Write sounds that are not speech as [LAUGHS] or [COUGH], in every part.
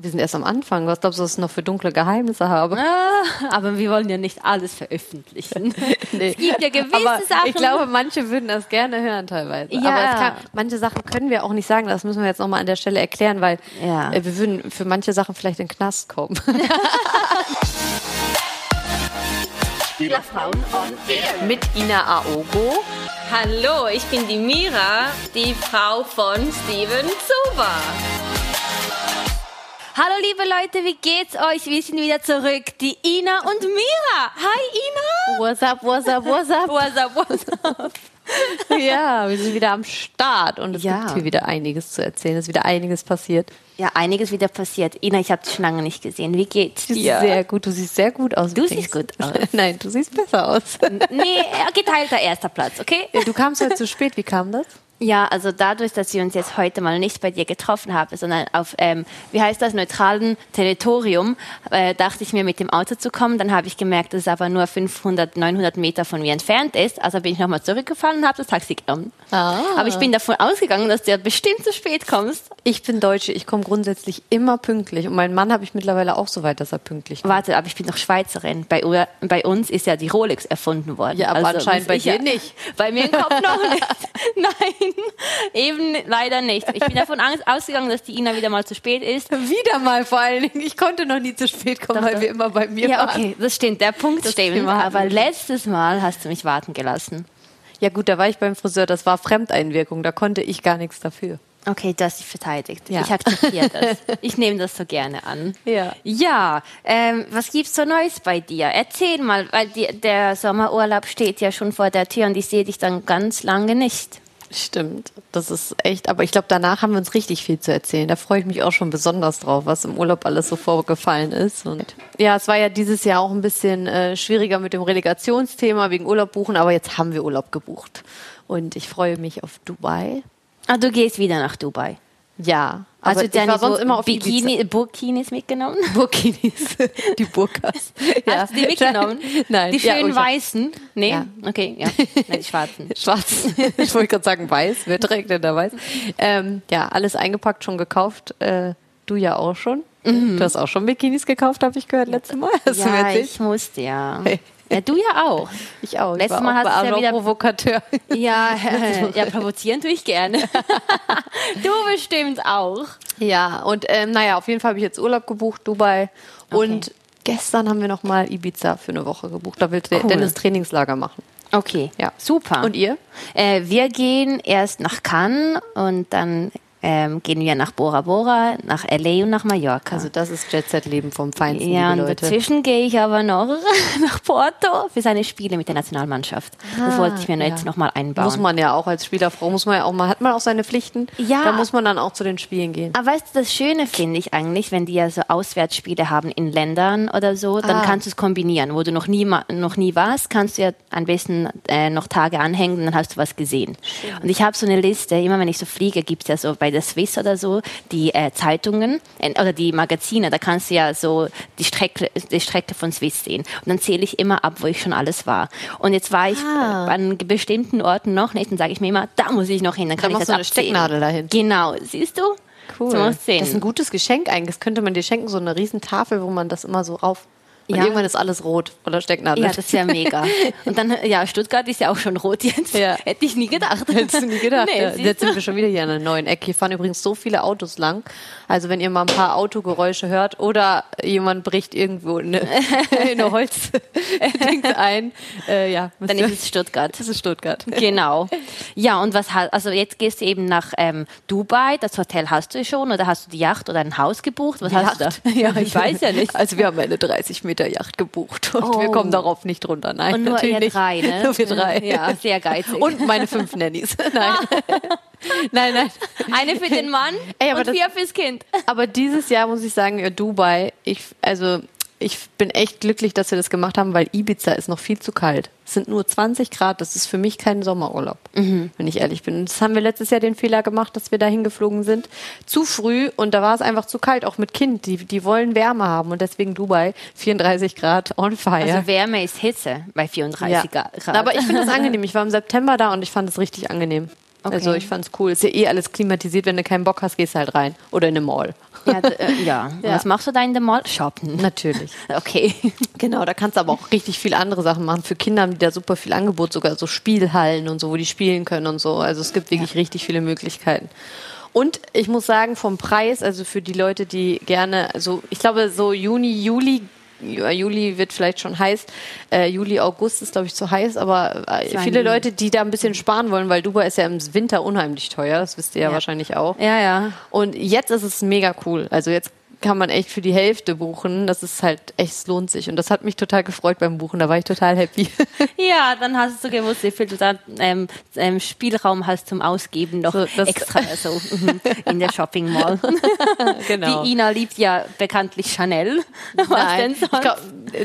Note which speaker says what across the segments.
Speaker 1: Wir sind erst am Anfang. Was glaubst du, was ich noch für dunkle Geheimnisse habe?
Speaker 2: Ah, aber wir wollen ja nicht alles veröffentlichen.
Speaker 1: [LAUGHS] Nee.
Speaker 2: Es gibt ja gewisse
Speaker 1: Aber
Speaker 2: Sachen.
Speaker 1: ich glaube, manche würden das gerne hören teilweise.
Speaker 2: Ja.
Speaker 1: Aber es kann, manche Sachen können wir auch nicht sagen. Das müssen wir jetzt nochmal an der Stelle erklären, weil
Speaker 2: Ja.
Speaker 1: äh, wir würden für manche Sachen vielleicht in den Knast kommen. Mit Ina Aogo.
Speaker 2: Hallo, ich bin die Mira, die Frau von Steven Zuber. Hallo liebe Leute, wie geht's euch? Wir sind wieder zurück, die Ina und Mira. Hi
Speaker 1: What's up, what's up, what's
Speaker 2: Ina. [LAUGHS] What's up, what's up?
Speaker 1: [LAUGHS] ja, wir sind wieder am Start und es
Speaker 2: Ja.
Speaker 1: gibt hier wieder einiges zu erzählen. Es ist wieder einiges passiert.
Speaker 2: Ja, einiges wieder passiert. Ina, ich habe dich schon lange nicht gesehen. Wie geht's dir?
Speaker 1: Sehr gut, du siehst sehr gut aus. äh.
Speaker 2: Du
Speaker 1: übrigens.
Speaker 2: siehst gut
Speaker 1: [LAUGHS]
Speaker 2: aus.
Speaker 1: Nein, du siehst besser [LAUGHS] aus.
Speaker 2: Nee, äh, geteilter erster Platz, okay?
Speaker 1: Du kamst heute zu spät, wie kam das?
Speaker 2: Ja, also dadurch, dass wir uns jetzt heute mal nicht bei dir getroffen haben, sondern auf, ähm, wie heißt das, neutralen Territorium, äh, dachte ich mir, mit dem Auto zu kommen. Dann habe ich gemerkt, dass es aber nur 500, 900 Meter von mir entfernt ist. Also bin ich nochmal zurückgefahren und habe das Taxi genommen.
Speaker 1: Ah.
Speaker 2: Aber ich bin davon ausgegangen, dass du ja bestimmt zu spät kommst.
Speaker 1: Ich bin Deutsche, ich komme grundsätzlich immer pünktlich und meinen Mann habe ich mittlerweile auch so weit, dass er pünktlich kommt.
Speaker 2: Warte, aber ich bin doch Schweizerin. Bei, u- bei uns ist ja die Rolex erfunden worden.
Speaker 1: Ja, aber anscheinend
Speaker 2: Also, muss
Speaker 1: bei
Speaker 2: ich
Speaker 1: dir nicht. [LAUGHS]
Speaker 2: Bei mir im Kopf noch nicht. Nein, eben leider nicht. Ich bin davon angst- ausgegangen, dass die Ina wieder mal zu spät ist.
Speaker 1: Wieder mal vor allen Dingen, ich konnte noch nie zu spät kommen,
Speaker 2: Doch,
Speaker 1: weil
Speaker 2: doch.
Speaker 1: wir immer bei mir
Speaker 2: Ja,
Speaker 1: waren.
Speaker 2: okay, das stimmt. Der Punkt
Speaker 1: Das
Speaker 2: stimmt.
Speaker 1: Thema hatten
Speaker 2: Aber
Speaker 1: wir.
Speaker 2: letztes Mal hast du mich warten gelassen.
Speaker 1: Ja gut, da war ich beim Friseur, das war Fremdeinwirkung, da konnte ich gar nichts dafür.
Speaker 2: Okay, du hast dich verteidigt.
Speaker 1: Ja.
Speaker 2: Ich akzeptiere das. [LAUGHS] Ich nehme das so gerne an.
Speaker 1: Ja.
Speaker 2: Ja, ähm, was gibt's so Neues bei dir? Erzähl mal, weil die, der Sommerurlaub steht ja schon vor der Tür und ich sehe dich dann ganz lange nicht.
Speaker 1: Stimmt, das ist echt, aber ich glaube, danach haben wir uns richtig viel zu erzählen. Da freue ich mich auch schon besonders drauf, was im Urlaub alles so vorgefallen ist. Und ja, es war ja dieses Jahr auch ein bisschen äh, schwieriger mit dem Relegationsthema wegen Urlaub buchen, aber jetzt haben wir Urlaub gebucht. Und ich freue mich auf Dubai.
Speaker 2: Ah, du gehst wieder nach Dubai.
Speaker 1: Ja,
Speaker 2: Hast
Speaker 1: also
Speaker 2: du deine
Speaker 1: ich war sonst
Speaker 2: Bu-
Speaker 1: immer auf Ibiza.
Speaker 2: Bikini, Burkinis mitgenommen?
Speaker 1: Burkinis, [LAUGHS] die Burkas.
Speaker 2: Hast du die mitgenommen?
Speaker 1: [LAUGHS] Nein,
Speaker 2: Die
Speaker 1: Ja, oh,
Speaker 2: schönen
Speaker 1: ich hab-
Speaker 2: weißen? Nee?
Speaker 1: Ja.
Speaker 2: Okay,
Speaker 1: [LAUGHS]
Speaker 2: ja. Nein, die schwarzen.
Speaker 1: Schwarz. [LAUGHS] ich wollte gerade sagen weiß. Wer trägt denn da weiß? Ähm, ja, alles eingepackt, schon gekauft. Äh, du ja auch schon. Du hast auch schon Bikinis gekauft, habe ich gehört, letztes Mal. Hast du mir
Speaker 2: Mhm. Ja,
Speaker 1: erzählt?
Speaker 2: ich musste, ja. ja. Du ja auch.
Speaker 1: Ich auch. Ich
Speaker 2: Letztes
Speaker 1: war auch
Speaker 2: Mal hast
Speaker 1: bei
Speaker 2: du ja
Speaker 1: Arnaud
Speaker 2: wieder-
Speaker 1: Provokateur.
Speaker 2: [LAUGHS]
Speaker 1: [LAUGHS]
Speaker 2: Ja, äh, ja, provozieren tue ich gerne. du bestimmt auch.
Speaker 1: ja, und ähm, naja, auf jeden Fall habe ich jetzt Urlaub gebucht, Dubai. Und gestern haben wir nochmal Ibiza für eine Woche gebucht. Da will der
Speaker 2: Cool.
Speaker 1: Dennis Trainingslager machen.
Speaker 2: Okay,
Speaker 1: Ja.
Speaker 2: super.
Speaker 1: Und ihr?
Speaker 2: Äh, wir gehen erst nach Cannes und dann ähm, gehen wir nach Bora Bora, nach LA und nach Mallorca.
Speaker 1: Also das ist Jet-Set-Leben vom Feinsten,
Speaker 2: ja, und
Speaker 1: liebe Leute.
Speaker 2: dazwischen gehe ich aber noch [LAUGHS] nach Porto für seine Spiele mit der Nationalmannschaft. das wollte ich mir
Speaker 1: Ah, ja.
Speaker 2: jetzt nochmal einbauen.
Speaker 1: Muss man ja auch als Spielerfrau, muss man ja auch mal, hat man auch seine Pflichten.
Speaker 2: Ja. Ah,
Speaker 1: Da muss man dann auch zu den Spielen gehen.
Speaker 2: Aber weißt du, das Schöne finde ich eigentlich, wenn die ja so Auswärtsspiele haben in Ländern oder so, dann
Speaker 1: Ah.
Speaker 2: kannst du es kombinieren. Wo du noch nie, ma- noch nie warst, kannst du ja ein bisschen äh, noch Tage anhängen und dann hast du was gesehen. Und ich habe so eine Liste, immer wenn ich so fliege, gibt es ja so bei der Swiss oder so die äh, Zeitungen äh, oder die Magazine, da kannst du ja so die Strecke, die Strecke von Swiss sehen. Und dann zähle ich immer ab, wo ich schon alles war. Und jetzt war ich
Speaker 1: Ah.
Speaker 2: äh, an bestimmten Orten noch nicht und sage ich mir immer, da muss ich noch hin, dann kann ich
Speaker 1: machst du
Speaker 2: das
Speaker 1: eine
Speaker 2: abzählen.
Speaker 1: Stecknadel dahin.
Speaker 2: Genau, siehst du? So musst du sehen.
Speaker 1: Das ist ein gutes Geschenk eigentlich. Das könnte man dir schenken, so eine riesen Tafel, wo man das immer so rauf. Und
Speaker 2: Ja.
Speaker 1: irgendwann ist alles rot oder Stecknadel.
Speaker 2: ja, das ist ja mega. Und dann, ja, Stuttgart ist ja auch schon rot jetzt.
Speaker 1: Ja.
Speaker 2: Hätte ich nie gedacht.
Speaker 1: [LAUGHS] Hättest du nie gedacht.
Speaker 2: Nee,
Speaker 1: ja,
Speaker 2: siehst
Speaker 1: jetzt
Speaker 2: du.
Speaker 1: sind wir schon wieder hier an einer neuen Ecke. Hier fahren übrigens so viele Autos lang. Also wenn ihr mal ein paar Autogeräusche hört oder jemand bricht irgendwo
Speaker 2: [LAUGHS]
Speaker 1: eine, [LAUGHS] eine Holz Dings ein, äh, ja,
Speaker 2: Dann
Speaker 1: müsst ihr-
Speaker 2: ist es Stuttgart.
Speaker 1: das ist Stuttgart.
Speaker 2: Genau. Ja, und was ha- also jetzt gehst du eben nach ähm, Dubai, das Hotel hast du schon oder hast du die Yacht oder ein Haus gebucht? Was
Speaker 1: [LAUGHS]
Speaker 2: hast
Speaker 1: Yacht?
Speaker 2: du da? Ja, ich weiß ja nicht.
Speaker 1: Also wir haben eine 30 Meter Yacht gebucht und
Speaker 2: Oh.
Speaker 1: wir kommen darauf nicht runter. Nein,
Speaker 2: [LAUGHS] Und nur
Speaker 1: natürlich
Speaker 2: ihr
Speaker 1: nicht.
Speaker 2: drei,
Speaker 1: [LAUGHS]
Speaker 2: ne?
Speaker 1: Nur wir drei.
Speaker 2: Ja, sehr geizig.
Speaker 1: Und meine fünf Nannies. [LAUGHS]
Speaker 2: [LAUGHS]
Speaker 1: Nein. nein, nein.
Speaker 2: eine für den Mann
Speaker 1: Ey, aber
Speaker 2: und
Speaker 1: das-
Speaker 2: vier fürs Kind.
Speaker 1: Aber dieses Jahr muss ich sagen, ja, Dubai, ich, also ich bin echt glücklich, dass wir das gemacht haben, weil Ibiza ist noch viel zu kalt. Es sind nur 20 Grad, das ist für mich kein Sommerurlaub,
Speaker 2: Mhm.
Speaker 1: wenn ich ehrlich bin. Und das haben wir letztes Jahr den Fehler gemacht, dass wir da hingeflogen sind. Zu früh und da war es einfach zu kalt, auch mit Kind. Die, die wollen Wärme haben und deswegen Dubai, 34 Grad on fire.
Speaker 2: Also Wärme ist Hitze bei 34
Speaker 1: Ja.
Speaker 2: Also Grad.
Speaker 1: Aber ich finde es angenehm. Ich war im September da und ich fand es richtig angenehm.
Speaker 2: Okay.
Speaker 1: Also ich fand es cool. Ist ja eh alles klimatisiert. Wenn du keinen Bock hast, gehst halt rein. Oder in eine Mall.
Speaker 2: Ja, d- äh, [LAUGHS] ja. Und
Speaker 1: Ja.
Speaker 2: was machst du da in dem Mall? Shoppen. [LAUGHS]
Speaker 1: Natürlich.
Speaker 2: Okay.
Speaker 1: Genau, da kannst du aber auch richtig viel andere Sachen machen. Für Kinder haben die da super viel Angebot, sogar so Spielhallen und so, wo die spielen können und so. Also es gibt wirklich richtig viele Möglichkeiten. Und ich muss sagen, vom Preis, also für die Leute, die gerne, also ich glaube, so Juni, Juli, äh, Juli wird vielleicht schon heiß. Äh, Juli, August ist, glaube ich, zu heiß, aber äh,
Speaker 2: Zwei
Speaker 1: viele
Speaker 2: Juli.
Speaker 1: Leute, die da ein bisschen sparen wollen, weil Dubai ist ja im Winter unheimlich teuer, das wisst ihr ja,
Speaker 2: Ja.
Speaker 1: wahrscheinlich auch.
Speaker 2: Ja, ja.
Speaker 1: Und jetzt ist es mega cool. Also jetzt kann man echt für die Hälfte buchen. Das ist halt echt, es lohnt sich. Und das hat mich total gefreut beim Buchen. Da war ich total happy. [LAUGHS]
Speaker 2: Ja, dann hast du gewusst, wie viel du da ähm, ähm, Spielraum hast zum Ausgeben noch
Speaker 1: So, das-
Speaker 2: extra so, [LAUGHS] mhm, in der Shopping [LAUGHS] Mall. Die Ina liebt ja bekanntlich Chanel. [LAUGHS] [LAUGHS] Was
Speaker 1: nein,
Speaker 2: denn
Speaker 1: ich
Speaker 2: sonst?
Speaker 1: glaub,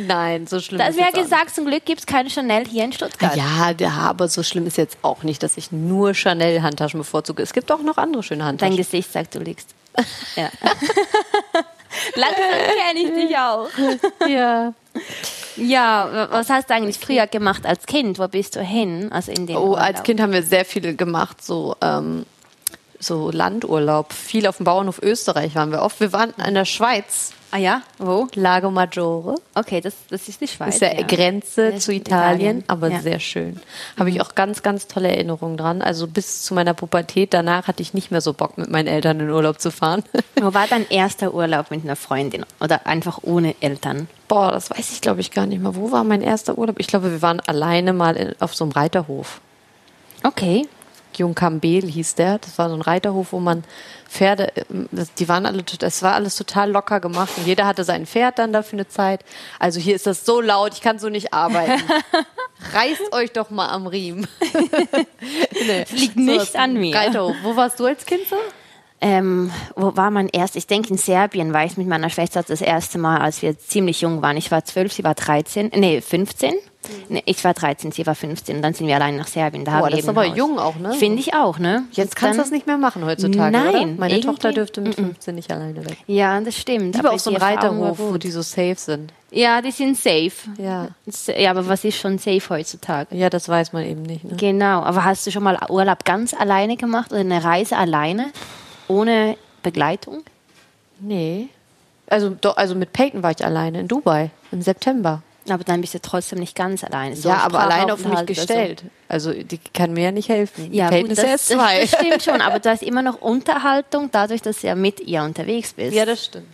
Speaker 1: nein, so schlimm
Speaker 2: das Ah
Speaker 1: ist
Speaker 2: wäre
Speaker 1: jetzt auch
Speaker 2: gesagt, zum Glück gibt es keine Chanel hier in Stuttgart.
Speaker 1: nicht. Ja, ja, aber so schlimm ist jetzt auch nicht, dass ich nur Chanel-Handtaschen bevorzuge. Es gibt auch noch andere schöne
Speaker 2: Dein
Speaker 1: Handtaschen.
Speaker 2: Gesicht sagt, du liegst. Ja. [LAUGHS] Langsam kenne ich dich auch.
Speaker 1: Ja.
Speaker 2: Ja, was hast du eigentlich früher gemacht als Kind? Wo bist du hin? Also in den
Speaker 1: Oh, als
Speaker 2: Urlaub?
Speaker 1: Kind haben wir sehr viel gemacht, so, ähm, so Landurlaub. Viel auf dem Bauernhof Österreich waren wir oft. Wir waren in der Schweiz,
Speaker 2: Ah ja, wo?
Speaker 1: Lago Maggiore.
Speaker 2: Okay, das, das ist die Schweiz.
Speaker 1: Ist Ah, ja, Grenze
Speaker 2: Ja,
Speaker 1: zu Italien, Mhm.
Speaker 2: Italien,
Speaker 1: aber
Speaker 2: ja.
Speaker 1: sehr schön. Habe ich auch ganz, ganz tolle Erinnerungen dran. Also bis zu meiner Pubertät danach hatte ich nicht mehr so Bock, mit meinen Eltern in Urlaub zu fahren. [LAUGHS]
Speaker 2: Wo war dein erster Urlaub mit einer Freundin oder einfach ohne Eltern?
Speaker 1: Boah, das weiß ich, glaube ich, gar nicht mehr. Wo war mein erster Urlaub? Ich glaube, wir waren alleine mal in, auf so einem Reiterhof.
Speaker 2: Okay.
Speaker 1: Jungkambel hieß der. Das war so ein Reiterhof, wo man Pferde, ähm, das- die waren alle, tot- es war alles total locker gemacht und jeder hatte sein Pferd dann dafür eine Zeit. Also hier ist das so laut, ich kann so nicht [LAUGHS] arbeiten. Reißt euch doch mal am Riemen. [LAUGHS] nee,
Speaker 2: liegt nicht an mir.
Speaker 1: Reiterhof. Wo warst du als Kind so?
Speaker 2: Ähm, wo war mein erst? Ich denke in Serbien war ich mit meiner Schwester das erste Mal, als wir ziemlich jung waren. Ich war zwölf, sie war 13, nee 15.
Speaker 1: Mhm.
Speaker 2: Nee, ich war 13, sie war 15. Und dann sind wir allein nach Serbien. Da haben wir
Speaker 1: das ist
Speaker 2: eben ein
Speaker 1: aber
Speaker 2: Haus.
Speaker 1: jung auch, ne?
Speaker 2: Finde ich auch, ne?
Speaker 1: Jetzt kannst du das nicht mehr machen heutzutage,
Speaker 2: Nein,
Speaker 1: oder? Meine
Speaker 2: irgendwie-
Speaker 1: Tochter dürfte mit 15 nicht alleine weg.
Speaker 2: Ja, das stimmt.
Speaker 1: Lieber auf so
Speaker 2: die
Speaker 1: einem
Speaker 2: Erfahrung war
Speaker 1: Reiterhof, wo
Speaker 2: gut.
Speaker 1: die so safe sind.
Speaker 2: Ja, die sind safe.
Speaker 1: Ja.
Speaker 2: Ja, aber was ist schon safe heutzutage?
Speaker 1: Ja, das weiß man eben nicht. Ne?
Speaker 2: Genau, aber hast du schon mal Urlaub ganz alleine gemacht oder eine Reise alleine ohne Begleitung?
Speaker 1: Nee. Also, doch, also mit Peyton war ich alleine in Dubai im September.
Speaker 2: Aber dann bist du trotzdem nicht ganz alleine. So
Speaker 1: ja,
Speaker 2: ein
Speaker 1: aber allein auf mich
Speaker 2: Sprachaufenthalt oder
Speaker 1: gestellt. Also die kann mir ja nicht helfen.
Speaker 2: So. halt, Ja,
Speaker 1: Peyton
Speaker 2: gut,
Speaker 1: ist
Speaker 2: das,
Speaker 1: ja erst
Speaker 2: [LAUGHS]
Speaker 1: zwei. [LAUGHS]
Speaker 2: Das, das stimmt schon, aber du hast immer noch Unterhaltung dadurch, dass du ja mit ihr unterwegs bist.
Speaker 1: ja, das stimmt.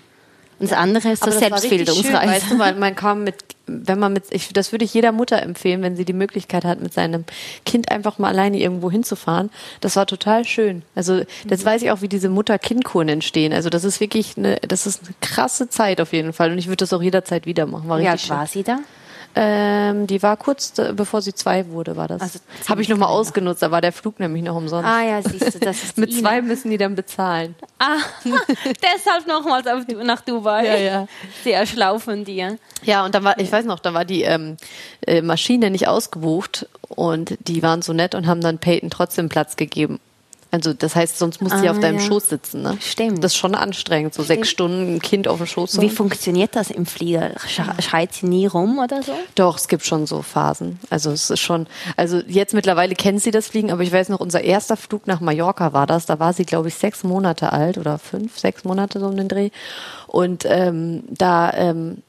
Speaker 2: Und das andere ist so
Speaker 1: Aber das war richtig schön,
Speaker 2: Selbstbildungsreise. [LAUGHS]
Speaker 1: weißt du, weil man kam mit, wenn man mit, ich, das würde ich jeder Mutter empfehlen, wenn sie die Möglichkeit hat, mit seinem Kind einfach mal alleine irgendwo hinzufahren. Das war total schön. Also
Speaker 2: Mhm.
Speaker 1: das weiß ich auch, wie diese Mutter-Kind-Kuren entstehen. Also das ist wirklich eine, das ist eine krasse Zeit auf jeden Fall. Und ich würde das auch jederzeit wieder machen. War
Speaker 2: Wie
Speaker 1: richtig
Speaker 2: alt
Speaker 1: schön.
Speaker 2: war sie da?
Speaker 1: Ähm, die war kurz äh, bevor sie zwei wurde, war das.
Speaker 2: Also
Speaker 1: Also,
Speaker 2: ziemlich
Speaker 1: Habe ich nochmal
Speaker 2: klein noch.
Speaker 1: ausgenutzt, da war der Flug nämlich noch umsonst.
Speaker 2: Ah ja, siehst
Speaker 1: also
Speaker 2: du, das
Speaker 1: [LAUGHS]
Speaker 2: ist [LAUGHS]
Speaker 1: Mit
Speaker 2: Ina.
Speaker 1: zwei müssen die dann bezahlen.
Speaker 2: Ah, [LAUGHS] deshalb nochmals auf, nach Dubai.
Speaker 1: Ja, ja.
Speaker 2: Sehr schlau von dir.
Speaker 1: Ja, und dann war, ich weiß noch, dann war die ähm, äh, Maschine nicht ausgebucht und die waren so nett und haben dann Peyton trotzdem Platz gegeben. Also das heißt, sonst musst du ja
Speaker 2: Ah,
Speaker 1: auf deinem
Speaker 2: ja.
Speaker 1: Schoß sitzen, ne?
Speaker 2: Stimmt.
Speaker 1: Das ist schon anstrengend, so sechs Stunden ein Kind auf dem Schoß. zu
Speaker 2: Wie
Speaker 1: haben.
Speaker 2: funktioniert das im Flieger? Scha- Schreit sie nie rum oder so?
Speaker 1: Doch, es gibt schon so Phasen. Also es ist schon, also jetzt mittlerweile kennt sie das Fliegen, aber ich weiß noch, unser erster Flug nach Mallorca war das. Da war sie, glaube ich, sechs Monate alt oder fünf, sechs Monate so um den Dreh. Und ähm, da ähm,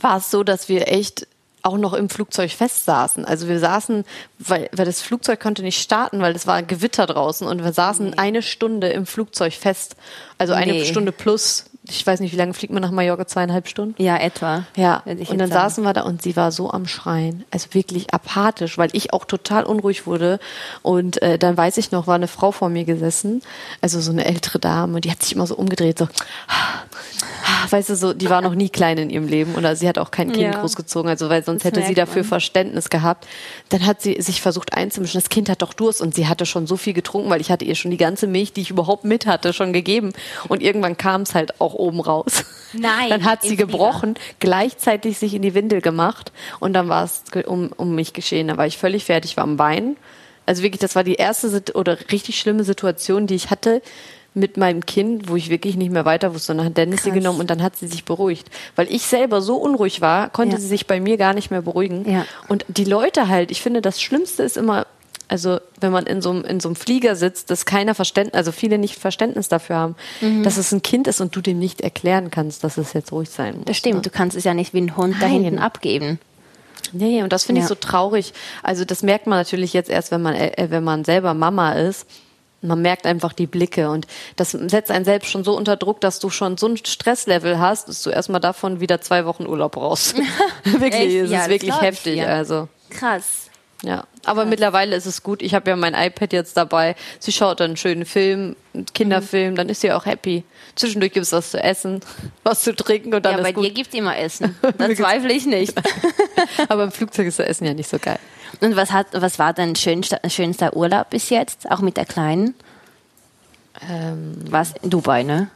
Speaker 1: war es so, dass wir echt auch noch im Flugzeug festsaßen. Also wir saßen, weil, weil das Flugzeug konnte nicht starten, weil es war Gewitter draußen und wir saßen eine Stunde im Flugzeug fest. Also eine
Speaker 2: Nee.
Speaker 1: Stunde plus. Ich weiß nicht, wie lange fliegt man nach Mallorca? Zweieinhalb Stunden?
Speaker 2: Ja, etwa.
Speaker 1: Ja,
Speaker 2: Würde ich
Speaker 1: und dann
Speaker 2: jetzt sagen.
Speaker 1: saßen wir da und sie war so am Schreien. Also wirklich apathisch, weil ich auch total unruhig wurde. Und äh, dann weiß ich noch, war eine Frau vor mir gesessen, also so eine ältere Dame, und die hat sich immer so umgedreht, so, [SIGHS] weißt du, so, die war noch nie klein in ihrem Leben oder sie hat auch kein Kind
Speaker 2: Ja.
Speaker 1: großgezogen, also weil sonst hätte sie
Speaker 2: merkt
Speaker 1: dafür
Speaker 2: man.
Speaker 1: Verständnis gehabt. Dann hat sie sich versucht einzumischen. Das Kind hat doch Durst und sie hatte schon so viel getrunken, weil ich hatte ihr schon die ganze Milch, die ich überhaupt mit hatte, schon gegeben. Und irgendwann kam es halt auch oben raus.
Speaker 2: Nein,
Speaker 1: Dann hat
Speaker 2: im
Speaker 1: sie
Speaker 2: Flieger.
Speaker 1: gebrochen, gleichzeitig sich in die Windel gemacht und dann war es ge- um, um mich geschehen. Da war ich völlig fertig, war am Weinen. Also wirklich, das war die erste Sit- oder richtig schlimme Situation, die ich hatte mit meinem Kind, wo ich wirklich nicht mehr weiter wusste. Und dann hat Dennis sie
Speaker 2: Krass.
Speaker 1: genommen und dann hat sie sich beruhigt. Weil ich selber so unruhig war, konnte
Speaker 2: Ja.
Speaker 1: sie sich bei mir gar nicht mehr beruhigen.
Speaker 2: Ja.
Speaker 1: Und die Leute halt, ich finde, das Schlimmste ist immer, also wenn man in so, einem, in so einem Flieger sitzt, dass keiner Verständnis, also viele nicht Verständnis dafür haben, dass es ein Kind ist und du dem nicht erklären kannst, dass es jetzt ruhig sein muss. ne?
Speaker 2: Das stimmt, du kannst es ja nicht wie ein Hund da
Speaker 1: Nein.
Speaker 2: hinten abgeben.
Speaker 1: Nee, nee, und das finde
Speaker 2: Ja.
Speaker 1: ich so traurig. Also das merkt man natürlich jetzt erst, wenn man, äh, wenn man selber Mama ist. Man merkt einfach die Blicke und das setzt einen selbst schon so unter Druck, dass du schon so ein Stresslevel hast, dass du erstmal davon wieder zwei Wochen Urlaub brauchst. [LAUGHS] wirklich,
Speaker 2: Echt?
Speaker 1: es
Speaker 2: Ja,
Speaker 1: ist
Speaker 2: das
Speaker 1: wirklich
Speaker 2: glaub ich
Speaker 1: heftig.
Speaker 2: dir.
Speaker 1: Also
Speaker 2: Krass.
Speaker 1: ja, aber mittlerweile ist es gut. Ich habe ja mein iPad jetzt dabei. Sie schaut dann einen schönen Film, einen Kinderfilm, dann ist sie auch happy. Zwischendurch gibt es was zu essen, [LAUGHS] was zu trinken und dann
Speaker 2: Ja,
Speaker 1: ist
Speaker 2: bei
Speaker 1: gut.
Speaker 2: dir gibt immer [LAUGHS] Essen. Da
Speaker 1: Mir gibt's-
Speaker 2: zweifle ich [LAUGHS] nicht.
Speaker 1: Aber im Flugzeug ist das Essen ja nicht so geil.
Speaker 2: Und was, hat, was war dein schönster, schönster Urlaub bis jetzt? Auch mit der Kleinen?
Speaker 1: Ähm,
Speaker 2: Was? in Dubai, ne?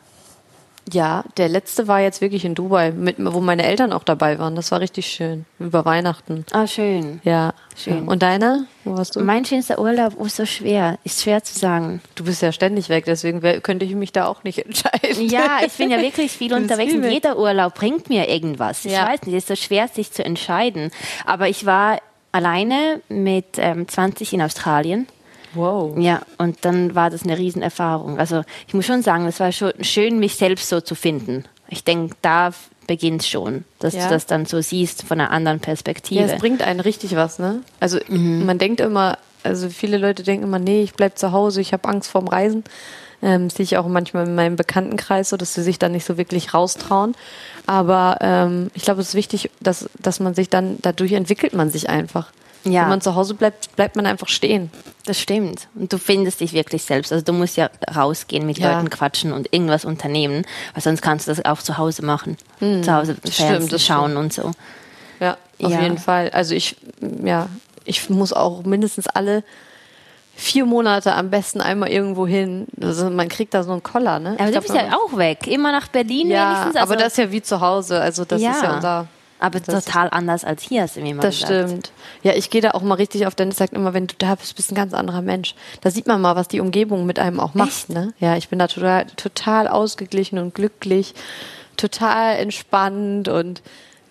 Speaker 1: Ja, der letzte war jetzt wirklich in Dubai, mit, wo meine Eltern auch dabei waren. Das war richtig schön. Über Weihnachten.
Speaker 2: Ah, schön.
Speaker 1: Ja.
Speaker 2: Schön.
Speaker 1: Und deiner? Wo warst du?
Speaker 2: Mein schönster Urlaub ist so schwer. Ist schwer zu sagen.
Speaker 1: Du bist ja ständig weg, deswegen wär, könnte ich mich da auch nicht [LAUGHS] entscheiden.
Speaker 2: Ja, [LAUGHS] ich bin ja wirklich viel
Speaker 1: bist
Speaker 2: unterwegs
Speaker 1: viel
Speaker 2: und
Speaker 1: weg.
Speaker 2: jeder Urlaub bringt mir irgendwas. Ich
Speaker 1: Ja.
Speaker 2: weiß nicht, es ist so schwer, sich zu entscheiden. Aber ich war alleine mit ähm, 20 in Australien.
Speaker 1: Wow.
Speaker 2: Ja, und dann war das eine Riesenerfahrung. Also ich muss schon sagen, es war schon schön, mich selbst so zu finden. Ich denke, da beginnt schon, dass
Speaker 1: Ja.
Speaker 2: du das dann so siehst von einer anderen
Speaker 1: Ja,
Speaker 2: Perspektive. Mhm.
Speaker 1: es bringt einen richtig was, ne? Also man denkt immer, also viele Leute denken immer, nee, ich bleib zu Hause, ich habe Angst vorm Reisen. Ähm, das sehe ich auch manchmal in meinem Bekanntenkreis so, dass sie sich dann nicht so wirklich raustrauen. Aber ähm, ich glaube, es ist wichtig, dass, dass man sich dann, dadurch entwickelt man sich einfach.
Speaker 2: Ja.
Speaker 1: Wenn man zu Hause bleibt, bleibt man einfach stehen.
Speaker 2: Das stimmt. Und du findest dich wirklich selbst. Also du musst ja rausgehen, mit
Speaker 1: Ja.
Speaker 2: Leuten quatschen und irgendwas unternehmen, weil sonst kannst du das auch zu Hause machen. zu Hause Fernsehen
Speaker 1: stimmt, Hm, das
Speaker 2: schauen und so.
Speaker 1: Ja, auf
Speaker 2: Ja.
Speaker 1: jeden Fall. Also ich, ja, ich muss auch mindestens alle vier Monate am besten einmal irgendwo hin. Also man kriegt da so einen Koller, ne?
Speaker 2: Aber
Speaker 1: Ich
Speaker 2: du
Speaker 1: glaub,
Speaker 2: bist
Speaker 1: wenn
Speaker 2: ja auch weg. Immer nach Berlin
Speaker 1: Ja,
Speaker 2: wenigstens. also
Speaker 1: aber das ist ja wie zu Hause. Also das ist ja unser.
Speaker 2: aber
Speaker 1: das-
Speaker 2: total anders als hier, hast du mir mal
Speaker 1: Das
Speaker 2: gesagt.
Speaker 1: stimmt. Ja, ich gehe da auch mal richtig auf. Dennis sagt immer, wenn du da bist, bist du ein ganz anderer Mensch. Da sieht man mal, was die Umgebung mit einem auch macht.
Speaker 2: Echt?
Speaker 1: Ne? Ja, ich bin da total, total ausgeglichen und glücklich, total entspannt und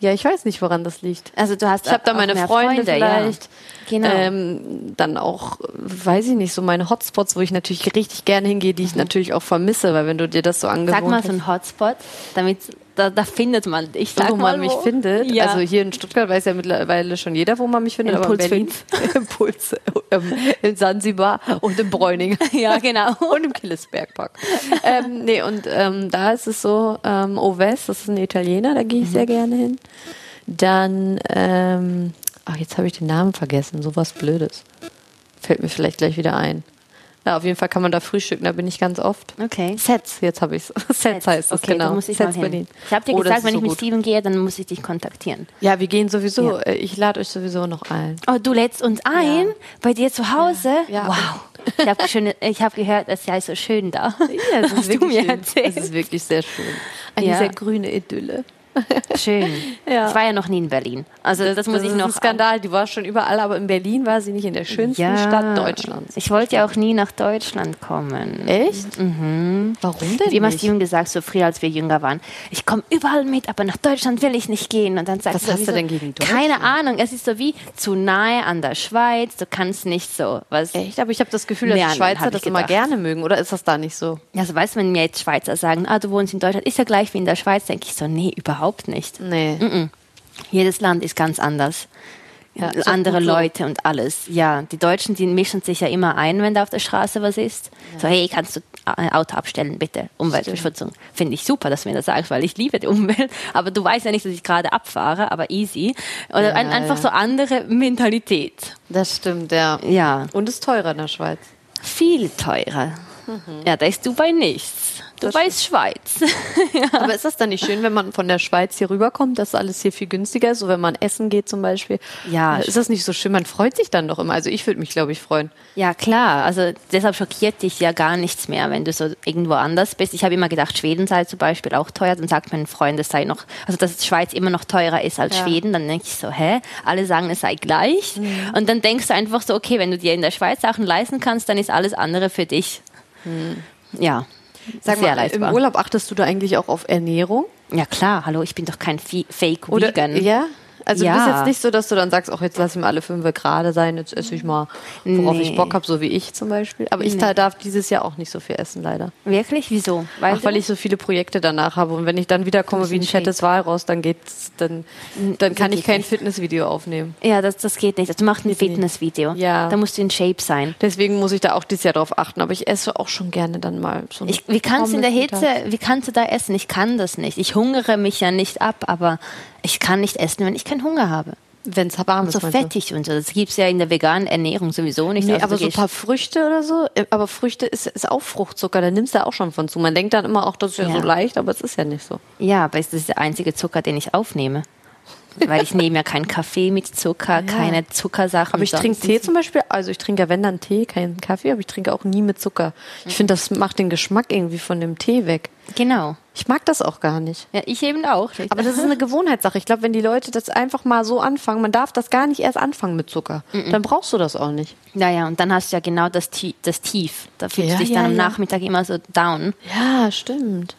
Speaker 1: ja, ich weiß nicht, woran das liegt.
Speaker 2: Also du hast
Speaker 1: Ich habe da
Speaker 2: auch
Speaker 1: meine
Speaker 2: mehr
Speaker 1: Freunde, vielleicht.
Speaker 2: Ja. Genau.
Speaker 1: Ähm, dann auch, äh, weiß ich nicht, so meine Hotspots, wo ich natürlich richtig gerne hingehe, die ich natürlich auch vermisse, weil wenn du dir das so angewohnt
Speaker 2: Mhm. Sag mal
Speaker 1: hast,
Speaker 2: so ein Hotspot, damit da, da findet man dich. Sag
Speaker 1: wo
Speaker 2: mal,
Speaker 1: man mich findet.
Speaker 2: Ja.
Speaker 1: Also hier in Stuttgart weiß ja mittlerweile schon jeder, wo man mich findet.
Speaker 2: Impuls
Speaker 1: aber in [LAUGHS] Berlin, Impuls ähm, in Sansibar und in Bräuning.
Speaker 2: [LAUGHS] ja, genau.
Speaker 1: [LAUGHS] Und im Killesbergpark. ähm, nee, und ähm, da ist es so, ähm, Oves, das ist ein Italiener, da gehe ich
Speaker 2: Mhm.
Speaker 1: sehr gerne hin. Dann, ähm, ach, jetzt habe ich den Namen vergessen, sowas Blödes. Fällt mir vielleicht gleich wieder ein. Na, auf jeden Fall kann man da frühstücken, da bin ich ganz oft.
Speaker 2: Okay.
Speaker 1: Sets, jetzt [LAUGHS] habe ich es. Sets, heißt es,
Speaker 2: okay,
Speaker 1: genau.
Speaker 2: da muss ich
Speaker 1: Sets
Speaker 2: mal hin.
Speaker 1: Berlin.
Speaker 2: Ich habe dir
Speaker 1: Oh, das
Speaker 2: gesagt,
Speaker 1: ist
Speaker 2: wenn
Speaker 1: so
Speaker 2: ich mit
Speaker 1: gut.
Speaker 2: Steven gehe, dann muss ich dich kontaktieren.
Speaker 1: Ja, wir gehen sowieso. äh, Ich lade euch sowieso noch ein.
Speaker 2: Oh, du lädst uns ein bei dir zu Hause?
Speaker 1: Ja. Ja.
Speaker 2: Wow. Ich habe schöne- ich hab gehört, es sei so schön da.
Speaker 1: [LAUGHS] das
Speaker 2: Hast du mir
Speaker 1: Es
Speaker 2: erzählt.
Speaker 1: ist wirklich sehr schön. Eine
Speaker 2: Ja.
Speaker 1: sehr grüne Idylle.
Speaker 2: Schön.
Speaker 1: Ja.
Speaker 2: Ich war ja noch nie in Berlin. Also das, muss ich
Speaker 1: ist
Speaker 2: noch.
Speaker 1: ein Skandal. Die war schon überall, aber in Berlin war sie nicht in der schönsten
Speaker 2: Ja.
Speaker 1: Stadt Deutschlands.
Speaker 2: Ich wollte ja auch nie nach Deutschland kommen.
Speaker 1: Echt? Warum denn
Speaker 2: Wie immer
Speaker 1: nicht?
Speaker 2: Steven gesagt, so früher, als wir jünger waren, ich komme überall mit, aber nach Deutschland will ich nicht gehen. Und dann sagt
Speaker 1: Was
Speaker 2: er
Speaker 1: hast du
Speaker 2: so,
Speaker 1: denn gegen
Speaker 2: Keine Ahnung, es ist so wie zu nahe an der Schweiz, du kannst nicht so. Was,
Speaker 1: Echt? Aber ich habe das Gefühl, dass
Speaker 2: Ja,
Speaker 1: die Schweizer
Speaker 2: hab ich
Speaker 1: das immer
Speaker 2: gedacht.
Speaker 1: gerne mögen. Oder ist das da nicht so?
Speaker 2: Also weißt du, wenn mir jetzt Schweizer sagen, ah, du wohnst in Deutschland, ist ja gleich wie in der Schweiz, denke ich so, nee, überhaupt nicht.
Speaker 1: Nee.
Speaker 2: Jedes Land ist ganz anders.
Speaker 1: Ja, ist auch
Speaker 2: Andere
Speaker 1: gut so.
Speaker 2: Leute und alles. Ja, die Deutschen, die mischen sich ja immer ein, wenn da auf der Straße was ist. So, hey, kannst du ein Auto abstellen, bitte? Umweltverschmutzung. Finde ich super, dass du mir das sagst, weil ich liebe die Umwelt. Aber du weißt ja nicht, dass ich gerade abfahre, aber easy. Oder ein,
Speaker 1: Ja,
Speaker 2: einfach
Speaker 1: ja.
Speaker 2: so andere Mentalität.
Speaker 1: Das stimmt, ja.
Speaker 2: Ja,
Speaker 1: Und ist teurer in der Schweiz.
Speaker 2: viel teurer. Ja, da ist Dubai nichts.
Speaker 1: Mhm. Das
Speaker 2: Dubai ist Schweiz.
Speaker 1: Aber ist das dann nicht schön, wenn man von der Schweiz hier rüberkommt, dass alles hier viel günstiger ist? So wenn man essen geht zum Beispiel.
Speaker 2: Ja.
Speaker 1: Ist das nicht so schön? Man freut sich dann doch immer. Also ich würde mich, glaube ich, freuen.
Speaker 2: Ja, klar. Also deshalb schockiert dich ja gar nichts mehr, wenn du so irgendwo anders bist. Ich habe immer gedacht, Schweden sei zum Beispiel auch teuer. Dann sagt mein Freund, es sei noch, also dass die Schweiz immer noch teurer ist als
Speaker 1: Ja.
Speaker 2: Schweden. Dann denke ich so, hä? Alle sagen, es sei gleich.
Speaker 1: Mhm.
Speaker 2: Und dann denkst du einfach so, okay, wenn du dir in der Schweiz Sachen leisten kannst, dann ist alles andere für dich. Ja.
Speaker 1: Mhm. Sag
Speaker 2: sehr
Speaker 1: mal,
Speaker 2: leistbar.
Speaker 1: im Urlaub achtest du da eigentlich auch auf Ernährung?
Speaker 2: Ja, klar. Hallo, ich bin doch kein Fi- Fake
Speaker 1: Oder,
Speaker 2: Vegan.
Speaker 1: Ja? Also du bist
Speaker 2: Ja.
Speaker 1: jetzt nicht so, dass du dann sagst, ach, jetzt lass ich mal alle fünf gerade sein, jetzt esse ich mal, worauf ich
Speaker 2: Nee.
Speaker 1: Bock habe, so wie ich zum Beispiel. Aber ich
Speaker 2: Nee.
Speaker 1: darf dieses Jahr auch nicht so viel essen, leider.
Speaker 2: Wirklich? Wieso?
Speaker 1: Ach,
Speaker 2: du-
Speaker 1: weil ich so viele Projekte danach habe. Und wenn ich dann wiederkomme wie ein
Speaker 2: bisschen
Speaker 1: fettes Wahl raus, dann geht's, dann, dann kann
Speaker 2: geht
Speaker 1: ich kein
Speaker 2: nicht.
Speaker 1: Fitnessvideo aufnehmen.
Speaker 2: ja, das, das geht nicht. Also, du machst ein Fitnessvideo.
Speaker 1: Ja.
Speaker 2: Da musst du in Shape sein.
Speaker 1: Deswegen muss ich da auch dieses Jahr drauf achten. Aber ich esse auch schon gerne dann mal so eine
Speaker 2: Ich, wie kannst du in der
Speaker 1: Pommes mittags.
Speaker 2: Hitze, wie kannst du da essen? Ich kann das nicht. Ich hungere mich ja nicht ab, aber ich kann nicht essen, wenn ich keinen Hunger habe.
Speaker 1: Wenn's warm ist,
Speaker 2: So
Speaker 1: meinst du? Also
Speaker 2: fettig und so. Das gibt es ja in der veganen Ernährung sowieso nicht.
Speaker 1: Nee,
Speaker 2: außer
Speaker 1: aber
Speaker 2: du
Speaker 1: so ein
Speaker 2: gehst-
Speaker 1: paar Früchte oder so. Äh, Aber Früchte ist, ist auch Fruchtzucker, da nimmst du auch schon von zu. Man denkt dann immer auch, das ist ja,
Speaker 2: Ja.
Speaker 1: so leicht, aber es ist ja nicht so.
Speaker 2: ja, aber das ist der einzige Zucker, den ich aufnehme. Weil ich nehme ja keinen Kaffee mit
Speaker 1: [LAUGHS]
Speaker 2: Zucker, keine Zuckersachen.
Speaker 1: Aber ich trinke Tee zum Beispiel, also ich trinke ja wenn dann Tee, keinen Kaffee, aber ich trinke auch nie mit Zucker. Ich finde, das macht den Geschmack irgendwie von dem Tee weg.
Speaker 2: Genau.
Speaker 1: Ich mag das auch gar nicht.
Speaker 2: Ja, ich eben auch.
Speaker 1: Aber das ist [LAUGHS] eine Gewohnheitssache. Ich glaube, wenn die Leute das einfach mal so anfangen, man darf das gar nicht erst anfangen mit Zucker. Dann brauchst du das auch nicht.
Speaker 2: Naja, und dann hast du ja genau das, Ti- das Tief. Da fühlst
Speaker 1: Ja,
Speaker 2: du dich
Speaker 1: ja,
Speaker 2: dann am
Speaker 1: ja.
Speaker 2: Nachmittag immer so down.
Speaker 1: Ja, stimmt.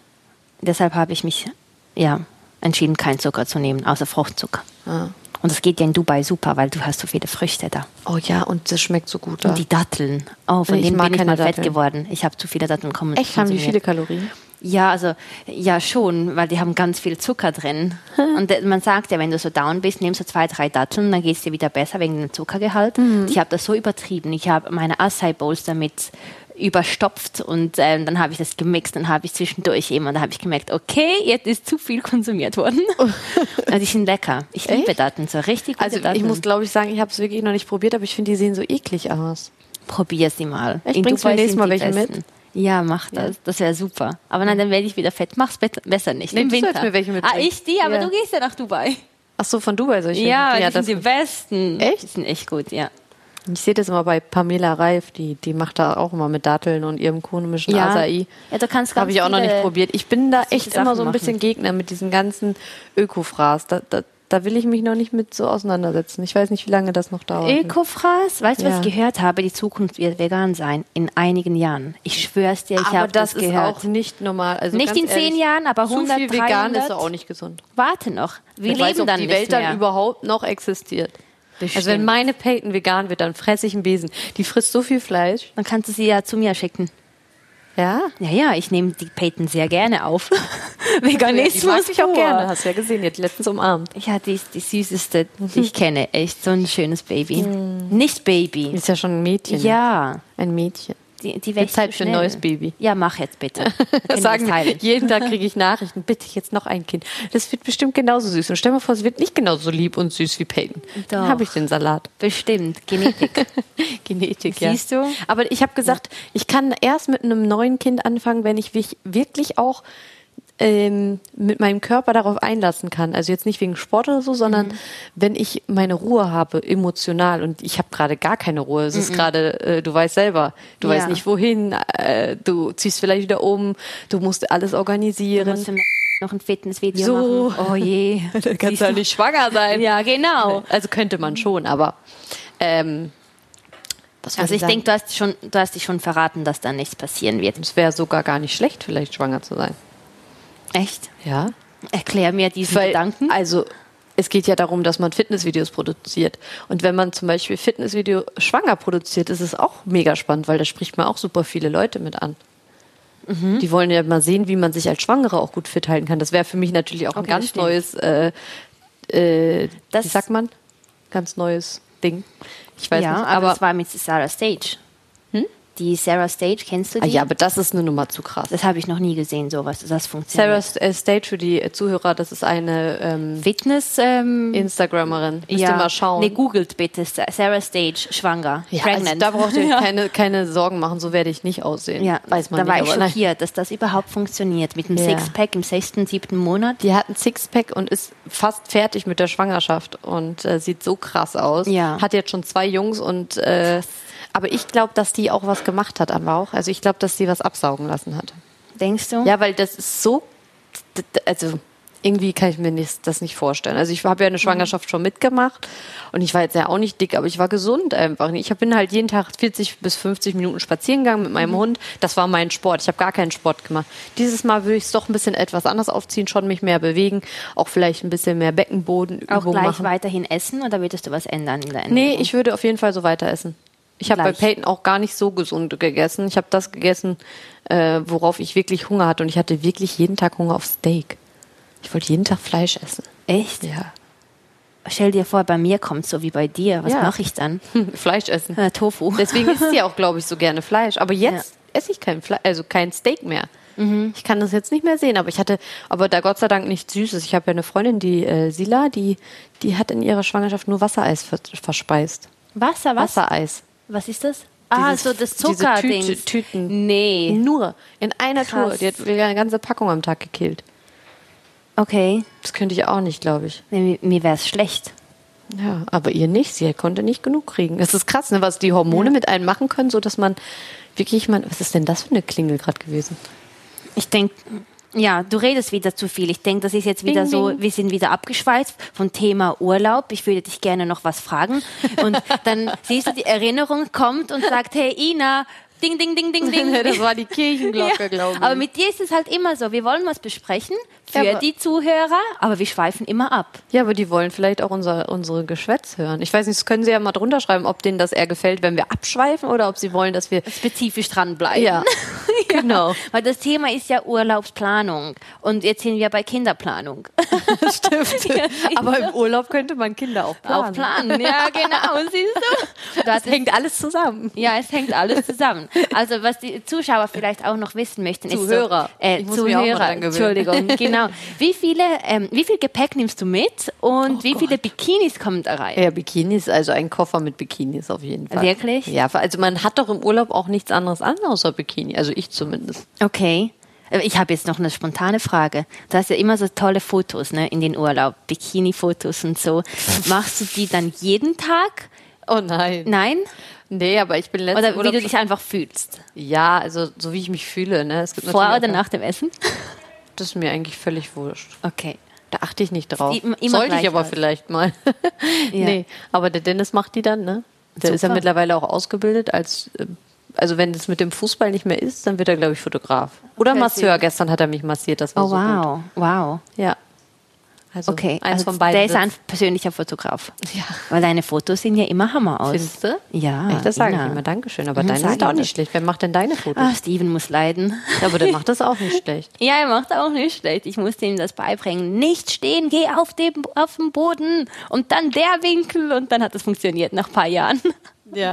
Speaker 2: Deshalb habe ich mich ja, entschieden, keinen Zucker zu nehmen, außer Fruchtzucker.
Speaker 1: Ah.
Speaker 2: Und das geht ja in Dubai super, weil du hast so viele Früchte da.
Speaker 1: Oh ja, und das schmeckt so gut. Da.
Speaker 2: Und die Datteln. Oh, von
Speaker 1: Ich
Speaker 2: denen
Speaker 1: mag
Speaker 2: bin ich
Speaker 1: keine
Speaker 2: mal fett
Speaker 1: Datteln.
Speaker 2: geworden. Ich habe zu viele Datteln kommen.
Speaker 1: Echt, haben die viele Kalorien?
Speaker 2: Ja, also ja schon, weil die haben ganz viel Zucker drin. Und äh, man sagt ja, wenn du so down bist, nimmst du zwei, drei Datteln, dann geht's dir wieder besser wegen dem Zuckergehalt.
Speaker 1: Mhm.
Speaker 2: Und Ich habe das so übertrieben. Ich habe meine Acai Bowls damit überstopft und ähm, dann habe ich das gemixt, dann habe ich zwischendurch eben und dann habe ich gemerkt, okay, jetzt ist zu viel konsumiert worden.
Speaker 1: Oh.
Speaker 2: also die sind lecker. Ich liebe Datteln, so richtig gute
Speaker 1: Also
Speaker 2: Datteln.
Speaker 1: ich muss, glaube ich, sagen, ich habe es wirklich noch nicht probiert, aber ich finde, die sehen so eklig aus.
Speaker 2: Probier sie mal.
Speaker 1: Echt?
Speaker 2: In
Speaker 1: Bringst du mir
Speaker 2: Dubai
Speaker 1: nächstes
Speaker 2: sind
Speaker 1: Mal
Speaker 2: die
Speaker 1: welche mit?
Speaker 2: besten. Ja, mach das. Das wäre super. Aber nein, dann werde ich wieder fett. Mach's bet- besser nicht.
Speaker 1: Nee,
Speaker 2: Im
Speaker 1: du
Speaker 2: Winter.
Speaker 1: sollst mir welche
Speaker 2: ah,
Speaker 1: mitbringen.
Speaker 2: ich die, aber
Speaker 1: Ja.
Speaker 2: du gehst ja nach Dubai.
Speaker 1: Ach so, von Dubai solche.
Speaker 2: Ja, die
Speaker 1: das,
Speaker 2: sind die besten.
Speaker 1: Echt?
Speaker 2: Die sind echt gut, ja.
Speaker 1: ich sehe das immer bei Pamela Reif, die, die macht da auch immer mit Datteln und ihrem komischen
Speaker 2: Ja.
Speaker 1: Acai.
Speaker 2: Ja, du kannst ganz
Speaker 1: Habe ich auch noch
Speaker 2: viele-
Speaker 1: nicht probiert. Ich bin da
Speaker 2: viele
Speaker 1: echt immer so ein
Speaker 2: Sachen
Speaker 1: bisschen Gegner mit diesem ganzen Ökofraß. Da, da, da will ich mich noch nicht mit so auseinandersetzen. Ich weiß nicht, wie lange das noch dauert.
Speaker 2: Ökofraß, weißt du, was
Speaker 1: Ja.
Speaker 2: ich gehört habe? Die Zukunft wird vegan sein in einigen Jahren. Ich schwör's dir, ich
Speaker 1: aber
Speaker 2: habe
Speaker 1: das,
Speaker 2: das,
Speaker 1: ist
Speaker 2: gehört.
Speaker 1: auch nicht normal. Also
Speaker 2: Nicht
Speaker 1: ganz
Speaker 2: in zehn
Speaker 1: ehrlich,
Speaker 2: Jahren, aber
Speaker 1: zu
Speaker 2: 100,
Speaker 1: viel vegan
Speaker 2: 300.
Speaker 1: ist doch auch nicht gesund.
Speaker 2: Warte noch. Wir
Speaker 1: Ich
Speaker 2: leben
Speaker 1: weiß, ob
Speaker 2: dann
Speaker 1: die
Speaker 2: nicht
Speaker 1: Welt
Speaker 2: mehr.
Speaker 1: dann überhaupt noch existiert. Also wenn
Speaker 2: Bestimmt.
Speaker 1: meine Peyton vegan wird, dann fresse ich einen Besen. Die frisst so viel Fleisch.
Speaker 2: dann kannst du sie ja zu mir schicken.
Speaker 1: Ja.
Speaker 2: Ja, ja, ich nehme die Peyton sehr
Speaker 1: [LAUGHS]
Speaker 2: gerne auf. [LAUGHS]
Speaker 1: Die mag
Speaker 2: Veganismus
Speaker 1: ich auch
Speaker 2: pur.
Speaker 1: gerne. Hast du ja gesehen, die hat letztens umarmt.
Speaker 2: Ja, die ist die süßeste,
Speaker 1: [LAUGHS]
Speaker 2: die ich kenne. Echt so ein schönes Baby.
Speaker 1: Mm.
Speaker 2: Nicht Baby.
Speaker 1: Ist ja schon ein Mädchen.
Speaker 2: Ja,
Speaker 1: Ein Mädchen.
Speaker 2: die, die wächst
Speaker 1: Zeit halt
Speaker 2: so
Speaker 1: für ein
Speaker 2: schnell.
Speaker 1: neues Baby.
Speaker 2: Ja, mach
Speaker 1: [LAUGHS]
Speaker 2: jetzt bitte. Dann können wir
Speaker 1: Sagen,
Speaker 2: das teilen.
Speaker 1: jeden Tag kriege ich Nachrichten. Bitte jetzt noch ein Kind. Das wird bestimmt genauso süß. Und stell mal vor, es wird nicht genauso lieb und süß wie Peyton. Dann
Speaker 2: Doch.
Speaker 1: habe ich den Salat.
Speaker 2: Bestimmt,
Speaker 1: [LAUGHS]
Speaker 2: Genetik.
Speaker 1: Genetik,
Speaker 2: Siehst
Speaker 1: ja.
Speaker 2: du?
Speaker 1: Aber ich habe gesagt, ich kann erst mit einem neuen Kind anfangen, wenn ich mich wirklich auch ähm, mit meinem Körper darauf einlassen kann. Also jetzt nicht wegen Sport oder so, sondern
Speaker 2: Mhm.
Speaker 1: wenn ich meine Ruhe habe, emotional. Und ich habe gerade gar keine Ruhe. Es ist gerade, äh, du weißt selber, du
Speaker 2: Ja.
Speaker 1: weißt nicht wohin, äh, du ziehst vielleicht wieder um, du musst alles
Speaker 2: Du
Speaker 1: organisieren.
Speaker 2: musst für mich noch ein Fitnessvideo
Speaker 1: So.
Speaker 2: machen. Oh je.
Speaker 1: [LAUGHS] Dann kannst [LAUGHS]
Speaker 2: Siehst
Speaker 1: du ja
Speaker 2: du?
Speaker 1: nicht schwanger sein.
Speaker 2: [LAUGHS] Ja, genau.
Speaker 1: Also könnte man schon, aber ähm, was wollte
Speaker 2: Also ich
Speaker 1: sagen?
Speaker 2: denke, du hast schon, du hast dich schon verraten, dass da nichts passieren wird.
Speaker 1: Es wäre sogar gar nicht schlecht, vielleicht schwanger zu sein.
Speaker 2: Echt?
Speaker 1: Ja.
Speaker 2: Erklär mir diesen
Speaker 1: Weil,
Speaker 2: Gedanken.
Speaker 1: Also es geht ja darum, dass man Fitnessvideos produziert. Und wenn man zum Beispiel Fitnessvideo schwanger produziert, ist es auch mega spannend, weil da spricht man auch super viele Leute mit an. Die wollen ja mal sehen, wie man sich als Schwangere auch gut fit halten kann. Das wäre für mich natürlich auch ein
Speaker 2: Okay,
Speaker 1: ganz
Speaker 2: verstehe.
Speaker 1: neues, äh, äh, wie
Speaker 2: Das-
Speaker 1: sagt man? Ganz neues Ding. Ich weiß
Speaker 2: ja,
Speaker 1: nicht,
Speaker 2: aber
Speaker 1: aber, Hm?
Speaker 2: das war mit Sarah Stage. Die Sarah Stage, kennst du
Speaker 1: ah,
Speaker 2: die?
Speaker 1: ja, aber das ist eine Nummer zu krass.
Speaker 2: Das habe ich noch nie gesehen, sowas. Das funktioniert.
Speaker 1: Sarah äh, Stage für die äh, Zuhörer, das ist eine ähm,
Speaker 2: Fitness, ähm,
Speaker 1: Instagramerin. Müsst ihr mal schauen.
Speaker 2: Nee, googelt bitte. Sa- Sarah Stage, schwanger.
Speaker 1: [LAUGHS] ja,
Speaker 2: pregnant.
Speaker 1: also da braucht
Speaker 2: [LAUGHS]
Speaker 1: ihr keine, keine Sorgen machen, so werde ich nicht aussehen.
Speaker 2: ja,
Speaker 1: Weiß man
Speaker 2: da war
Speaker 1: nicht.
Speaker 2: ich
Speaker 1: aber nein.
Speaker 2: schockiert, dass das überhaupt funktioniert. Mit dem
Speaker 1: Ja.
Speaker 2: Sixpack im sechsten, siebten Monat.
Speaker 1: Die hat ein Sixpack und ist fast fertig mit der Schwangerschaft und äh, sieht so krass aus.
Speaker 2: Ja.
Speaker 1: Hat jetzt schon zwei Jungs und äh, aber ich glaube, dass die auch was gemacht hat am Bauch. Also ich glaube, dass sie was absaugen lassen hat.
Speaker 2: Denkst du?
Speaker 1: Ja, weil das ist so, d- d- also irgendwie kann ich mir nicht, das nicht vorstellen. Also ich
Speaker 2: Mhm.
Speaker 1: habe ja eine Schwangerschaft schon mitgemacht und ich war jetzt ja auch nicht dick, aber ich war gesund einfach. Ich bin halt jeden Tag 40 bis 50 Minuten spazieren gegangen mit
Speaker 2: Mhm.
Speaker 1: meinem Hund. Das war mein Sport. Ich habe gar keinen Sport gemacht. Dieses Mal würde ich es doch ein bisschen etwas anders aufziehen, schon mich mehr bewegen, auch vielleicht ein bisschen mehr Beckenbodenübung
Speaker 2: Auch gleich
Speaker 1: machen.
Speaker 2: weiterhin essen oder würdest du was ändern in der Ernährung?
Speaker 1: Nee, ich würde auf jeden Fall so weiter essen. Ich habe bei
Speaker 2: Gleich.
Speaker 1: Peyton auch gar nicht so gesund gegessen. Ich habe das gegessen, äh, worauf ich wirklich Hunger hatte. Und ich hatte wirklich jeden Tag Hunger auf Steak. Ich wollte jeden Tag Fleisch essen.
Speaker 2: Echt?
Speaker 1: Ja.
Speaker 2: Stell dir vor, bei mir kommt so wie bei dir. Was
Speaker 1: Ja.
Speaker 2: mache ich dann?
Speaker 1: [LAUGHS] Fleisch essen.
Speaker 2: Äh, Tofu.
Speaker 1: Deswegen isst sie auch, glaube ich, so gerne Fleisch. Aber jetzt esse ich kein Fleisch, also kein Steak mehr.
Speaker 2: Mhm.
Speaker 1: Ich kann das jetzt nicht mehr sehen, aber ich hatte, aber da Gott sei Dank nichts Süßes. Ich habe ja eine Freundin, die äh, Sila, die, die hat in ihrer Schwangerschaft nur Wassereis vers verspeist.
Speaker 2: Wasser, was?
Speaker 1: Wassereis.
Speaker 2: Was ist das? Ah,
Speaker 1: Dieses-
Speaker 2: so das
Speaker 1: diese
Speaker 2: Zuckerding.
Speaker 1: Tüte- Tüten. Mhm.
Speaker 2: Nee.
Speaker 1: Nur in einer Tour.
Speaker 2: Krass.
Speaker 1: Die hat eine ganze Packung am Tag gekillt.
Speaker 2: Okay.
Speaker 1: Das könnte ich auch nicht, glaube ich.
Speaker 2: Nee, mir- mir wäre es schlecht.
Speaker 1: Ja, aber ihr nicht. Sie konnte nicht genug kriegen. Es ist krass, ne, was die Hormone mit einem machen können, so dass man wirklich man. Was ist denn das für eine Klingel gerade [LAUGHS] gewesen?
Speaker 2: Ich denke, ja, du redest wieder zu viel. Ich denke, das ist jetzt wieder
Speaker 1: Ding,
Speaker 2: so,
Speaker 1: ding.
Speaker 2: wir sind wieder abgeschweift vom Thema Urlaub. Ich würde dich gerne noch was fragen. Und [LAUGHS] dann siehst du, die Erinnerung kommt und sagt, hey Ina, ding, ding, ding, ding, [LAUGHS] ding.
Speaker 1: das war die Kirchenglocke, glaube ich.
Speaker 2: Aber mit dir ist es halt immer so, wir wollen was besprechen für
Speaker 1: Ja, aber-
Speaker 2: die Zuhörer, aber wir schweifen immer ab.
Speaker 1: ja, aber die wollen vielleicht auch unser, unsere Geschwätz hören. Ich weiß nicht, das können sie ja mal drunter schreiben, ob denen das eher gefällt, wenn wir abschweifen oder ob sie wollen, dass wir.
Speaker 2: Spezifisch dranbleiben. [LAUGHS]
Speaker 1: [LAUGHS] Ja, genau.
Speaker 2: Weil das Thema ist ja Urlaubsplanung und jetzt sind wir bei Kinderplanung.
Speaker 1: Stimmt. aber im Urlaub könnte man Kinder auch planen.
Speaker 2: Auch planen, Ah, [LAUGHS] ja genau, siehst du.
Speaker 1: [LAUGHS]
Speaker 2: Du
Speaker 1: Das
Speaker 2: hattest
Speaker 1: hängt alles zusammen.
Speaker 2: Ja, es hängt alles zusammen. Also was die Zuschauer vielleicht auch noch wissen möchten,
Speaker 1: Zuhörer.
Speaker 2: ist so, äh,
Speaker 1: Ich muss mich auch mal
Speaker 2: Zuhörer.
Speaker 1: dran gewöhnen.
Speaker 2: Entschuldigung, genau. Wie viele, ähm, wie viel Gepäck nimmst du mit und wie viele Bikinis kommen da rein?
Speaker 1: Ja, Bikinis, also ein Koffer mit Bikinis auf jeden Fall.
Speaker 2: Wirklich?
Speaker 1: Ja, also man hat doch im Urlaub auch nichts anderes an außer Bikini. Also ich zumindest.
Speaker 2: Okay. Äh, Ich habe jetzt noch eine spontane Frage. Du hast ja immer so tolle Fotos ne, in den Urlaub, Bikini-Fotos und so. Machst du die dann jeden Tag?
Speaker 1: Oh nein.
Speaker 2: Nein?
Speaker 1: Nee, aber ich bin letztes
Speaker 2: Oder wie du dich einfach fühlst?
Speaker 1: Ja, also so wie ich mich fühle. Ne? Es gibt
Speaker 2: Vor
Speaker 1: natürlich
Speaker 2: oder
Speaker 1: auch-
Speaker 2: nach dem Essen?
Speaker 1: Das ist mir eigentlich völlig wurscht.
Speaker 2: Okay.
Speaker 1: Da achte ich nicht drauf.
Speaker 2: Im- immer
Speaker 1: Sollte
Speaker 2: gleich
Speaker 1: ich aber
Speaker 2: aus.
Speaker 1: vielleicht mal. [LAUGHS] Nee, aber der Dennis macht die dann, ne? Der ist ja
Speaker 2: Super.
Speaker 1: mittlerweile auch ausgebildet als, äh, also wenn es mit dem Fußball nicht mehr ist, dann wird er, glaube ich, Fotograf. Oder
Speaker 2: Okay,
Speaker 1: Masseur. Gestern hat er mich massiert, das war
Speaker 2: Oh
Speaker 1: so gut.
Speaker 2: wow, wow.
Speaker 1: Ja. Also
Speaker 2: Okay,
Speaker 1: eins
Speaker 2: also
Speaker 1: von beiden.
Speaker 2: Der ist
Speaker 1: wird's.
Speaker 2: ein persönlicher Fotograf.
Speaker 1: Ja.
Speaker 2: Weil deine Fotos sehen ja immer Hammer aus.
Speaker 1: Findest du?
Speaker 2: Ja.
Speaker 1: Echt, das sage ich
Speaker 2: Ina.
Speaker 1: immer. Dankeschön. Aber
Speaker 2: Mhm,
Speaker 1: deine
Speaker 2: sag
Speaker 1: sind auch
Speaker 2: ihm
Speaker 1: nicht
Speaker 2: das.
Speaker 1: schlecht. Wer macht denn deine [LAUGHS] Fotos?
Speaker 2: Ah, Steven muss [LAUGHS] leiden.
Speaker 1: Aber der macht das auch nicht schlecht.
Speaker 2: Ja, er macht auch nicht schlecht. Ich musste ihm das beibringen. Nicht stehen, geh auf den, auf den Boden und dann der Winkel und dann hat es funktioniert nach ein paar Jahren.
Speaker 1: [LAUGHS] Ja.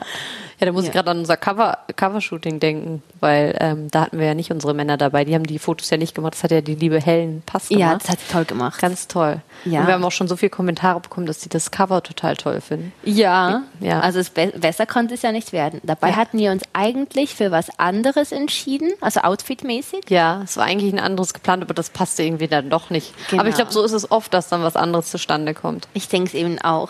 Speaker 1: Ja, da muss ich gerade an unser Cover, Covershooting denken, weil ähm, da hatten wir ja nicht unsere Männer dabei. Die haben die Fotos ja nicht gemacht. Das hat ja die liebe Helen Pass
Speaker 2: Ja,
Speaker 1: gemacht.
Speaker 2: das hat er toll gemacht.
Speaker 1: Ganz toll.
Speaker 2: Ja.
Speaker 1: Und wir haben auch schon so viele Kommentare bekommen, dass die das Cover total toll finden.
Speaker 2: Ja,
Speaker 1: Ja.
Speaker 2: also es be besser konnte es ja nicht werden. Dabei hatten wir uns eigentlich für was anderes entschieden, also outfitmäßig.
Speaker 1: Ja, es war eigentlich ein anderes geplant, aber das passte irgendwie dann doch nicht.
Speaker 2: Genau.
Speaker 1: Aber ich glaube, so ist es oft, dass dann was anderes zustande kommt.
Speaker 2: Ich denke es eben auch.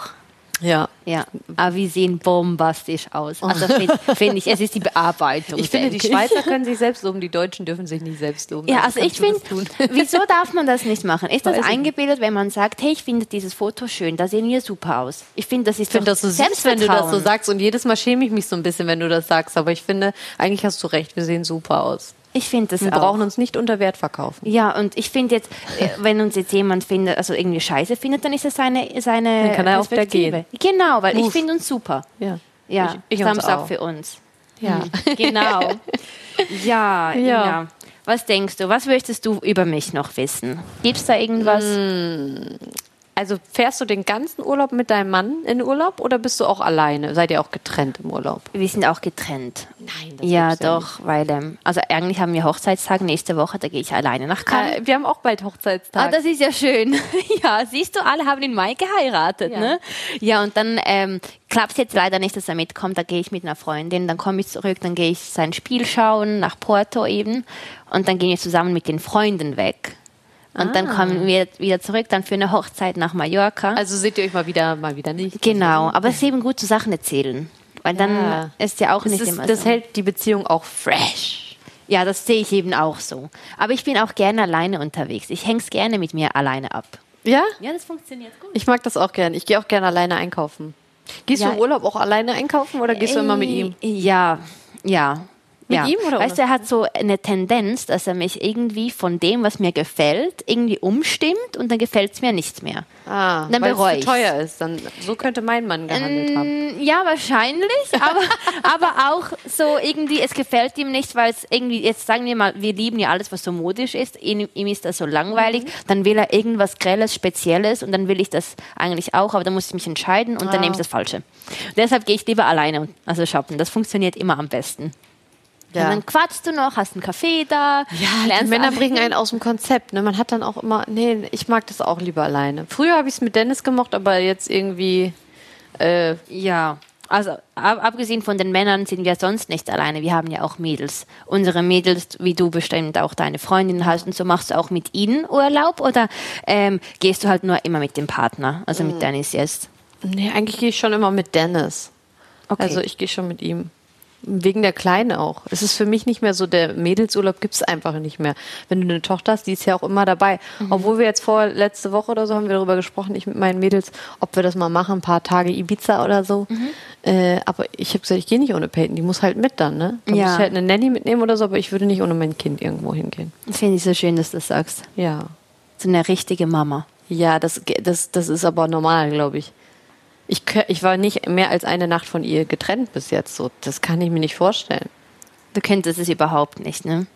Speaker 1: Ja.
Speaker 2: Ja, aber wir sehen bombastisch aus. Also finde find ich, es ist die Bearbeitung.
Speaker 1: Oh. Ich finde, die
Speaker 2: denke ich.
Speaker 1: [LAUGHS] Schweizer können sich selbst loben, die Deutschen dürfen sich nicht selbst loben.
Speaker 2: Ja, also ich
Speaker 1: kannst du
Speaker 2: finde,
Speaker 1: das tun. [LAUGHS]
Speaker 2: wieso darf man das nicht machen? Ist das
Speaker 1: Weiß ich
Speaker 2: eingebildet, wenn man sagt, hey, ich finde dieses Foto schön, da sehen wir super aus? Ich finde, das ist
Speaker 1: Ich finde das
Speaker 2: doch
Speaker 1: so süß, wenn du das so
Speaker 2: Selbstvertrauen.
Speaker 1: sagst. Und jedes Mal schäme ich mich so ein bisschen, wenn du das sagst. Aber ich finde, eigentlich hast du recht. Wir sehen super aus.
Speaker 2: Ich finde das
Speaker 1: Wir
Speaker 2: auch.
Speaker 1: brauchen uns nicht unter Wert verkaufen.
Speaker 2: Ja, und ich finde jetzt, äh, wenn uns jetzt jemand findet, also irgendwie Scheiße findet, dann ist das seine seine
Speaker 1: Dann kann er auch wieder
Speaker 2: Perspektive. Genau, weil ich
Speaker 1: Move.
Speaker 2: finde uns super.
Speaker 1: Ja.
Speaker 2: Ja,
Speaker 1: Ich, ich
Speaker 2: Thumbs
Speaker 1: uns
Speaker 2: up
Speaker 1: auch.
Speaker 2: für uns.
Speaker 1: ja.
Speaker 2: Genau. [LAUGHS] ja, ja.
Speaker 1: Ja.
Speaker 2: Ina. Was denkst du? Was möchtest du über mich noch wissen? Mm, Gibt's da irgendwas?
Speaker 1: Also fährst du den ganzen Urlaub mit deinem Mann in Urlaub oder bist du auch alleine? Seid ihr auch getrennt im Urlaub?
Speaker 2: Wir sind auch getrennt.
Speaker 1: Nein,
Speaker 2: Ja, doch, weil, ähm, also eigentlich haben wir Hochzeitstag nächste Woche, da gehe ich alleine nach Cannes.
Speaker 1: Äh, wir haben auch bald Hochzeitstag.
Speaker 2: Ah, das ist ja schön. [LAUGHS] Ja, siehst du, alle haben den Mai geheiratet,
Speaker 1: Ja.
Speaker 2: ne? Ja, und dann ähm, klappt es jetzt leider nicht, dass er mitkommt. Da gehe ich mit einer Freundin, dann komme ich zurück, dann gehe ich sein Spiel schauen, nach Porto eben. Und dann gehen wir zusammen mit den Freunden weg. Und dann kommen wir wieder zurück, dann für eine Hochzeit nach Mallorca.
Speaker 1: Ah. also seht ihr euch mal wieder, mal wieder nicht.
Speaker 2: genau, aber es ist eben gut, zu Sachen erzählen. Weil dann
Speaker 1: Ja.
Speaker 2: ist ja auch
Speaker 1: Das,
Speaker 2: nicht
Speaker 1: ist,
Speaker 2: immer
Speaker 1: das
Speaker 2: so.
Speaker 1: hält die Beziehung auch fresh.
Speaker 2: Ja, das sehe ich eben auch so. Aber ich bin auch gerne alleine unterwegs. Ich hänge es gerne mit mir alleine ab.
Speaker 1: Ja?
Speaker 2: Ja, das funktioniert gut.
Speaker 1: Ich mag das auch gerne. Ich gehe auch gerne alleine einkaufen. Gehst
Speaker 2: Ja.
Speaker 1: du im Urlaub auch alleine einkaufen oder gehst du immer mit ihm?
Speaker 2: Ja, ja.
Speaker 1: Mit
Speaker 2: ja.
Speaker 1: ihm oder
Speaker 2: Weißt du, er hat so eine Tendenz, dass er mich irgendwie von dem, was mir gefällt, irgendwie umstimmt und dann gefällt es mir nicht mehr.
Speaker 1: Ah,
Speaker 2: Dann
Speaker 1: weil es
Speaker 2: bereue
Speaker 1: zu
Speaker 2: ich's.
Speaker 1: teuer ist. Dann, so könnte mein Mann gehandelt haben.
Speaker 2: Mm, Ja, wahrscheinlich, aber, [LAUGHS] aber auch so irgendwie, es gefällt ihm nicht, weil es irgendwie, jetzt sagen wir mal, wir lieben ja alles, was so modisch ist, ihm, ihm ist das so langweilig, dann will er irgendwas Grelles, Spezielles und dann will ich das eigentlich auch, aber dann muss ich mich entscheiden und
Speaker 1: Ah.
Speaker 2: dann nehme ich das Falsche. deshalb gehe ich lieber alleine, und- also shoppen, das funktioniert immer am besten. Und dann quatschst du noch, hast einen Kaffee da,
Speaker 1: Die Männer
Speaker 2: ab-
Speaker 1: bringen einen aus dem Konzept. Ne? Man hat dann auch immer, nee, ich mag das auch lieber alleine. Früher habe ich es mit Dennis gemocht, aber jetzt irgendwie, äh,
Speaker 2: Ja, also ab, abgesehen von den Männern sind wir sonst nicht alleine. Wir haben ja auch Mädels. Unsere Mädels, wie du bestimmt auch deine Freundin hast und so, machst du auch mit ihnen Urlaub oder ähm, gehst du halt nur immer mit dem Partner, also
Speaker 1: Mm.
Speaker 2: mit Dennis jetzt?
Speaker 1: nee, eigentlich gehe ich schon immer mit Dennis.
Speaker 2: Okay.
Speaker 1: Also ich gehe schon mit ihm. Wegen der Kleinen auch. Es ist für mich nicht mehr so, der Mädelsurlaub gibt es einfach nicht mehr. Wenn du eine Tochter hast, die ist ja auch immer dabei. Obwohl wir jetzt vor letzte Woche oder so haben wir darüber gesprochen, ich mit meinen Mädels, ob wir das mal machen, ein paar Tage Ibiza oder so. Äh, aber ich habe gesagt, ich gehe nicht ohne Peyton, die muss halt mit dann, ne? Da
Speaker 2: Ja.
Speaker 1: muss ich halt eine Nanny mitnehmen oder so, aber ich würde nicht ohne mein Kind irgendwo hingehen.
Speaker 2: Finde ich so schön, dass du das sagst.
Speaker 1: Ja.
Speaker 2: So eine richtige Mama.
Speaker 1: Ja, das, ge- das, das ist aber normal, glaube ich. Ich, kö- ich war nicht mehr als eine Nacht von ihr getrennt bis jetzt. So, das kann ich mir nicht vorstellen.
Speaker 2: Du könntest es überhaupt nicht, ne?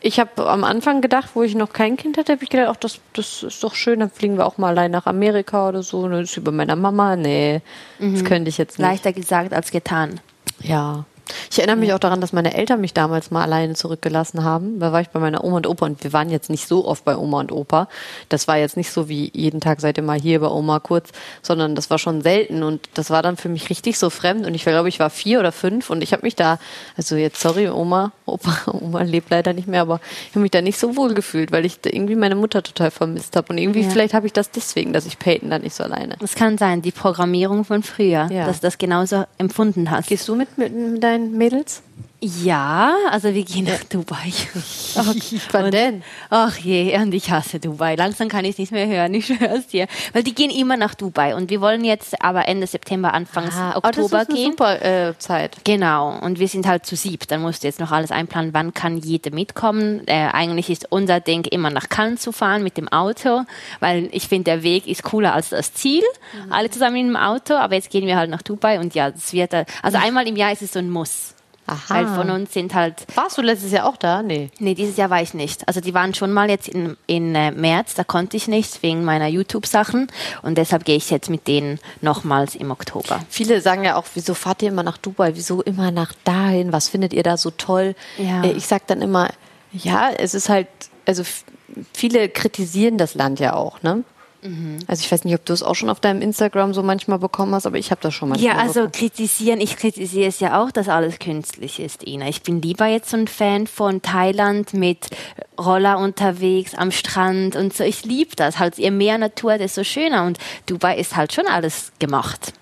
Speaker 1: Ich habe am Anfang gedacht, wo ich noch kein Kind hatte, habe ich gedacht, ach, das, das ist doch schön, dann fliegen wir auch mal allein nach Amerika oder so. Und das ist über meiner Mama. Nee, das könnte ich jetzt nicht.
Speaker 2: Leichter gesagt als getan.
Speaker 1: Ja. Ich erinnere mich auch daran, dass meine Eltern mich damals mal alleine zurückgelassen haben. Da war ich bei meiner Oma und Opa und wir waren jetzt nicht so oft bei Oma und Opa. Das war jetzt nicht so wie jeden Tag seid ihr mal hier bei Oma kurz, sondern das war schon selten und das war dann für mich richtig so fremd und ich glaube, ich war vier oder fünf und ich habe mich da, also jetzt sorry Oma, Opa, [LAUGHS] Oma lebt leider nicht mehr, aber ich habe mich da nicht so wohl gefühlt, weil ich da irgendwie meine Mutter total vermisst habe und irgendwie
Speaker 2: Ja.
Speaker 1: vielleicht habe ich das deswegen, dass ich Peyton da nicht so alleine.
Speaker 2: Das kann sein, die Programmierung von früher,
Speaker 1: Ja.
Speaker 2: dass du das genauso empfunden hast.
Speaker 1: Gehst du mit, mit, mit deinen Mädels?
Speaker 2: Ja, also wir gehen nach
Speaker 1: [LAUGHS]
Speaker 2: Dubai. Okay.
Speaker 1: Wann denn?
Speaker 2: Ach je, und ich hasse Dubai. Langsam kann ich es nicht mehr hören, ich schwör's dir. Weil die gehen immer nach Dubai und wir wollen jetzt aber Ende September, Anfang
Speaker 1: aber
Speaker 2: Oktober
Speaker 1: Ah, oh, das ist eine
Speaker 2: gehen.
Speaker 1: super äh, Zeit.
Speaker 2: Genau, und wir sind halt zu sieb. Dann musst du jetzt noch alles einplanen, wann kann jede mitkommen. Äh, eigentlich ist unser Ding, immer nach Cannes zu fahren mit dem Auto, weil ich finde, der Weg ist cooler als das Ziel. Alle zusammen im Auto, aber jetzt gehen wir halt nach Dubai und ja, es wird, halt- also einmal im Jahr ist es so ein Muss.
Speaker 1: Aha.
Speaker 2: Weil von uns sind halt
Speaker 1: Warst du letztes Jahr auch da? Nee.
Speaker 2: Nee, dieses Jahr war ich nicht. Also die waren schon mal jetzt in, in äh, März, da konnte ich nicht wegen meiner YouTube-Sachen und deshalb gehe ich jetzt mit denen nochmals im Oktober.
Speaker 1: Viele sagen ja auch, wieso fahrt ihr immer nach Dubai? Wieso immer nach dahin? Was findet ihr da so toll?
Speaker 2: Ja.
Speaker 1: Äh, Ich sag dann immer, ja, es ist halt, also f- viele kritisieren das Land ja auch, ne? Also ich weiß nicht, ob du es auch schon auf deinem Instagram so manchmal bekommen hast, aber ich habe das schon manchmal.
Speaker 2: Ja, also
Speaker 1: bekommen.
Speaker 2: kritisieren, ich kritisiere es ja auch, dass alles künstlich ist, Ina. Ich bin lieber jetzt so ein Fan von Thailand mit Roller unterwegs am Strand und so. Ich liebe das. Halt, je mehr Natur, desto schöner. Und Dubai ist halt schon alles gemacht.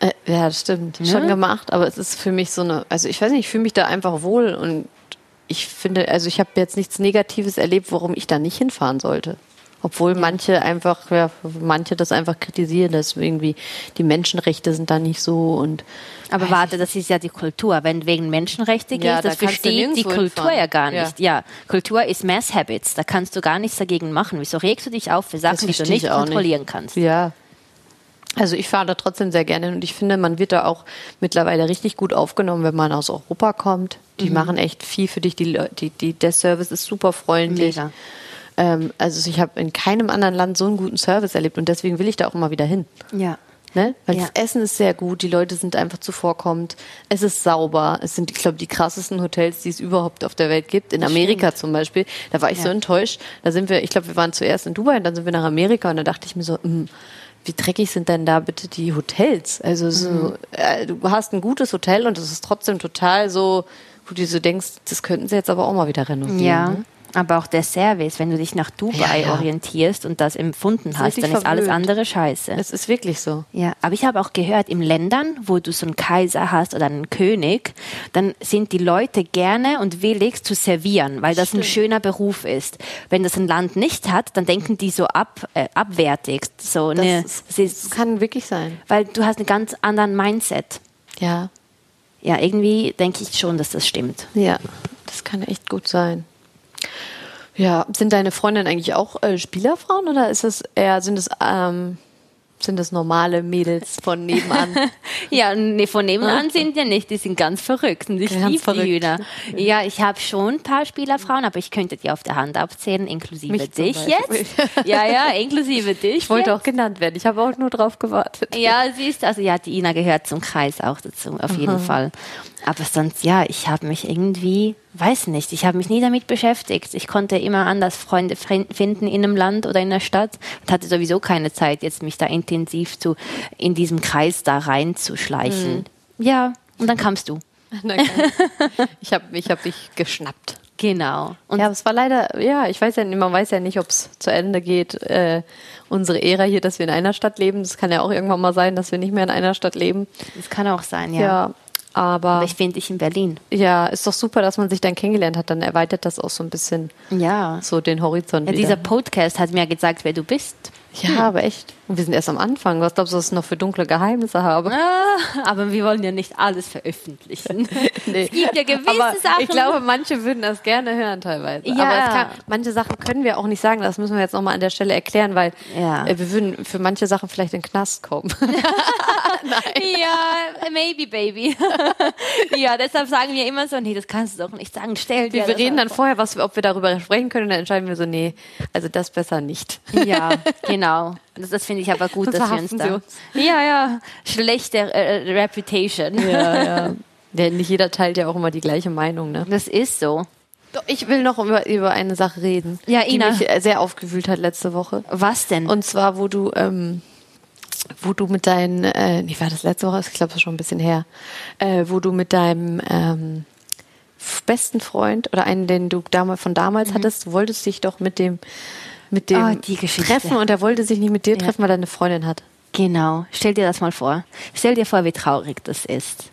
Speaker 1: Äh, ja, das stimmt.
Speaker 2: Ne?
Speaker 1: Schon gemacht, aber es ist für mich so eine, also ich weiß nicht, ich fühle mich da einfach wohl und ich finde, also ich habe jetzt nichts Negatives erlebt, warum ich da nicht hinfahren sollte. Obwohl manche einfach, ja, manche das einfach kritisieren, dass irgendwie die Menschenrechte sind da nicht so und
Speaker 2: Aber warte, das ist ja die Kultur. Wenn wegen Menschenrechte geht,
Speaker 1: Ja, da
Speaker 2: das
Speaker 1: kannst du
Speaker 2: versteht die
Speaker 1: nirgendwo
Speaker 2: Kultur
Speaker 1: hinfahren.
Speaker 2: ja gar
Speaker 1: Ja.
Speaker 2: nicht. Ja. Kultur ist Mass Habits. Da kannst du gar nichts dagegen machen. Wieso regst du dich auf für Sachen, die du
Speaker 1: verstehe ich
Speaker 2: nicht
Speaker 1: auch nicht.
Speaker 2: kontrollieren kannst?
Speaker 1: ja. Also ich fahre da trotzdem sehr gerne hin und ich finde, man wird da auch mittlerweile richtig gut aufgenommen, wenn man aus Europa kommt. Die
Speaker 2: Mhm.
Speaker 1: machen echt viel für dich. Die, Leu- die, die, der Service ist super freundlich.
Speaker 2: Mega.
Speaker 1: Ähm, also ich habe in keinem anderen Land so einen guten Service erlebt und deswegen will ich da auch immer wieder hin.
Speaker 2: Ja.
Speaker 1: Ne? Weil
Speaker 2: Ja.
Speaker 1: das Essen ist sehr gut, die Leute sind einfach zuvorkommend, es ist sauber, es sind, ich glaube, die krassesten Hotels, die es überhaupt auf der Welt gibt. In Amerika zum Beispiel, da war ich so
Speaker 2: Ja.
Speaker 1: enttäuscht. Da sind wir, ich glaube, wir waren zuerst in Dubai und dann sind wir nach Amerika und da dachte ich mir so, hm, wie dreckig sind denn da bitte die Hotels? Also so,
Speaker 2: Mhm.
Speaker 1: äh, du hast ein gutes Hotel und es ist trotzdem total so, wo du so denkst, das könnten sie jetzt aber auch mal wieder renovieren.
Speaker 2: Ja.
Speaker 1: Ne?
Speaker 2: Aber auch der Service, wenn du dich nach Dubai
Speaker 1: Ja, ja.
Speaker 2: orientierst und das empfunden hast,
Speaker 1: richtig
Speaker 2: dann ist alles
Speaker 1: verwöhnt.
Speaker 2: andere scheiße.
Speaker 1: Es ist wirklich so.
Speaker 2: Ja, aber ich habe auch gehört, in Ländern, wo du so einen Kaiser hast oder einen König, dann sind die Leute gerne und willig zu servieren, weil das ein schöner Beruf ist. Wenn das ein Land nicht hat, dann denken die so ab, äh, abwertig. So,
Speaker 1: Das,
Speaker 2: ne,
Speaker 1: ist,
Speaker 2: das ist,
Speaker 1: das kann wirklich sein.
Speaker 2: weil du hast einen ganz anderen Mindset.
Speaker 1: Ja.
Speaker 2: Ja, irgendwie denke ich schon, dass das stimmt.
Speaker 1: Ja, das kann echt gut sein. Ja, sind deine Freundinnen eigentlich auch äh, Spielerfrauen oder ist es eher, sind es, ähm, sind es normale Mädels von nebenan?
Speaker 2: [LAUGHS] Ja, nee, von nebenan sind ja nicht, die sind ganz verrückt und ich
Speaker 1: Ganz
Speaker 2: liebe
Speaker 1: verrückt.
Speaker 2: die Hühner. Ja, ich habe schon ein paar Spielerfrauen, aber ich könnte die auf der Hand abzählen, inklusive
Speaker 1: Mich zum
Speaker 2: dich
Speaker 1: Beispiel.
Speaker 2: jetzt. Ja, ja, inklusive dich.
Speaker 1: [LAUGHS] ich wollte auch genannt werden, ich habe auch nur drauf gewartet.
Speaker 2: Ja, siehst, also ja, die Ina gehört zum Kreis auch dazu, auf jeden Fall. Aber sonst, ja, ich habe mich irgendwie, weiß nicht, ich habe mich nie damit beschäftigt. Ich konnte immer anders Freunde fin- finden in einem Land oder in der Stadt und hatte sowieso keine Zeit, jetzt mich da intensiv zu, in diesem Kreis da reinzuschleichen. Ja, und dann kamst du.
Speaker 1: ich habe ich hab dich geschnappt.
Speaker 2: Genau. Und
Speaker 1: Ja, aber es war leider, ja, ich weiß ja, nicht, man weiß ja nicht, ob es zu Ende geht. Äh, unsere Ära hier, dass wir in einer Stadt leben, das kann ja auch irgendwann mal sein, dass wir nicht mehr in einer Stadt leben.
Speaker 2: das kann auch sein, ja.
Speaker 1: Ja, aber,
Speaker 2: Aber ich finde dich in Berlin.
Speaker 1: ja, ist doch super, dass man sich dann kennengelernt hat, dann erweitert das auch so ein bisschen
Speaker 2: Ja.
Speaker 1: so den Horizont
Speaker 2: ja
Speaker 1: wieder.
Speaker 2: dieser Podcast hat mir gesagt, wer du bist.
Speaker 1: ja, aber echt. Und wir sind erst am Anfang. Was glaubst du, was ich noch für dunkle Geheimnisse habe?
Speaker 2: Aber wir wollen ja nicht alles [LAUGHS] veröffentlichen.
Speaker 1: Nee.
Speaker 2: Es gibt ja gewisse
Speaker 1: aber
Speaker 2: Sachen.
Speaker 1: Ich glaube, manche würden das gerne hören teilweise.
Speaker 2: Ja.
Speaker 1: Aber es kann, manche Sachen können wir auch nicht sagen. Das müssen wir jetzt nochmal an der Stelle erklären, weil
Speaker 2: Ja.
Speaker 1: äh, wir würden für manche Sachen vielleicht in den Knast kommen.
Speaker 2: [LAUGHS] ja, maybe, baby. [LAUGHS] ja, deshalb sagen wir immer so, nee, das kannst du doch nicht sagen. Stell dir
Speaker 1: wir
Speaker 2: das
Speaker 1: reden dann
Speaker 2: vor.
Speaker 1: vorher, was, wir- ob wir darüber sprechen können. Und dann entscheiden wir so, nee, also das besser nicht.
Speaker 2: Ja,
Speaker 1: [LAUGHS]
Speaker 2: genau. Das, das finde ich aber gut,
Speaker 1: Sonst
Speaker 2: dass wir uns
Speaker 1: verhaften
Speaker 2: da...
Speaker 1: sie uns.
Speaker 2: Ja, ja. Schlechte äh, Reputation.
Speaker 1: Ja, ja. Denn nicht jeder teilt ja auch immer die gleiche Meinung, ne?
Speaker 2: Das ist so.
Speaker 1: Doch, ich will noch über, über eine Sache reden,
Speaker 2: Ja,
Speaker 1: die
Speaker 2: Ina.
Speaker 1: mich äh, sehr aufgewühlt hat letzte Woche.
Speaker 2: Was denn?
Speaker 1: Und zwar, wo du, ähm, wo du mit deinen, äh, nee, war das letzte Woche? Ich glaube, das ist schon ein bisschen her. Äh, wo du mit deinem ähm, f- besten Freund oder einen, den du damals von damals hattest, du wolltest dich doch mit dem, mit dem
Speaker 2: Mhm. Ah, die Geschichte.
Speaker 1: treffen und er wollte sich nicht mit dir treffen, weil er eine Freundin hat.
Speaker 2: Genau, stell dir das mal vor. Stell dir vor, wie traurig das ist.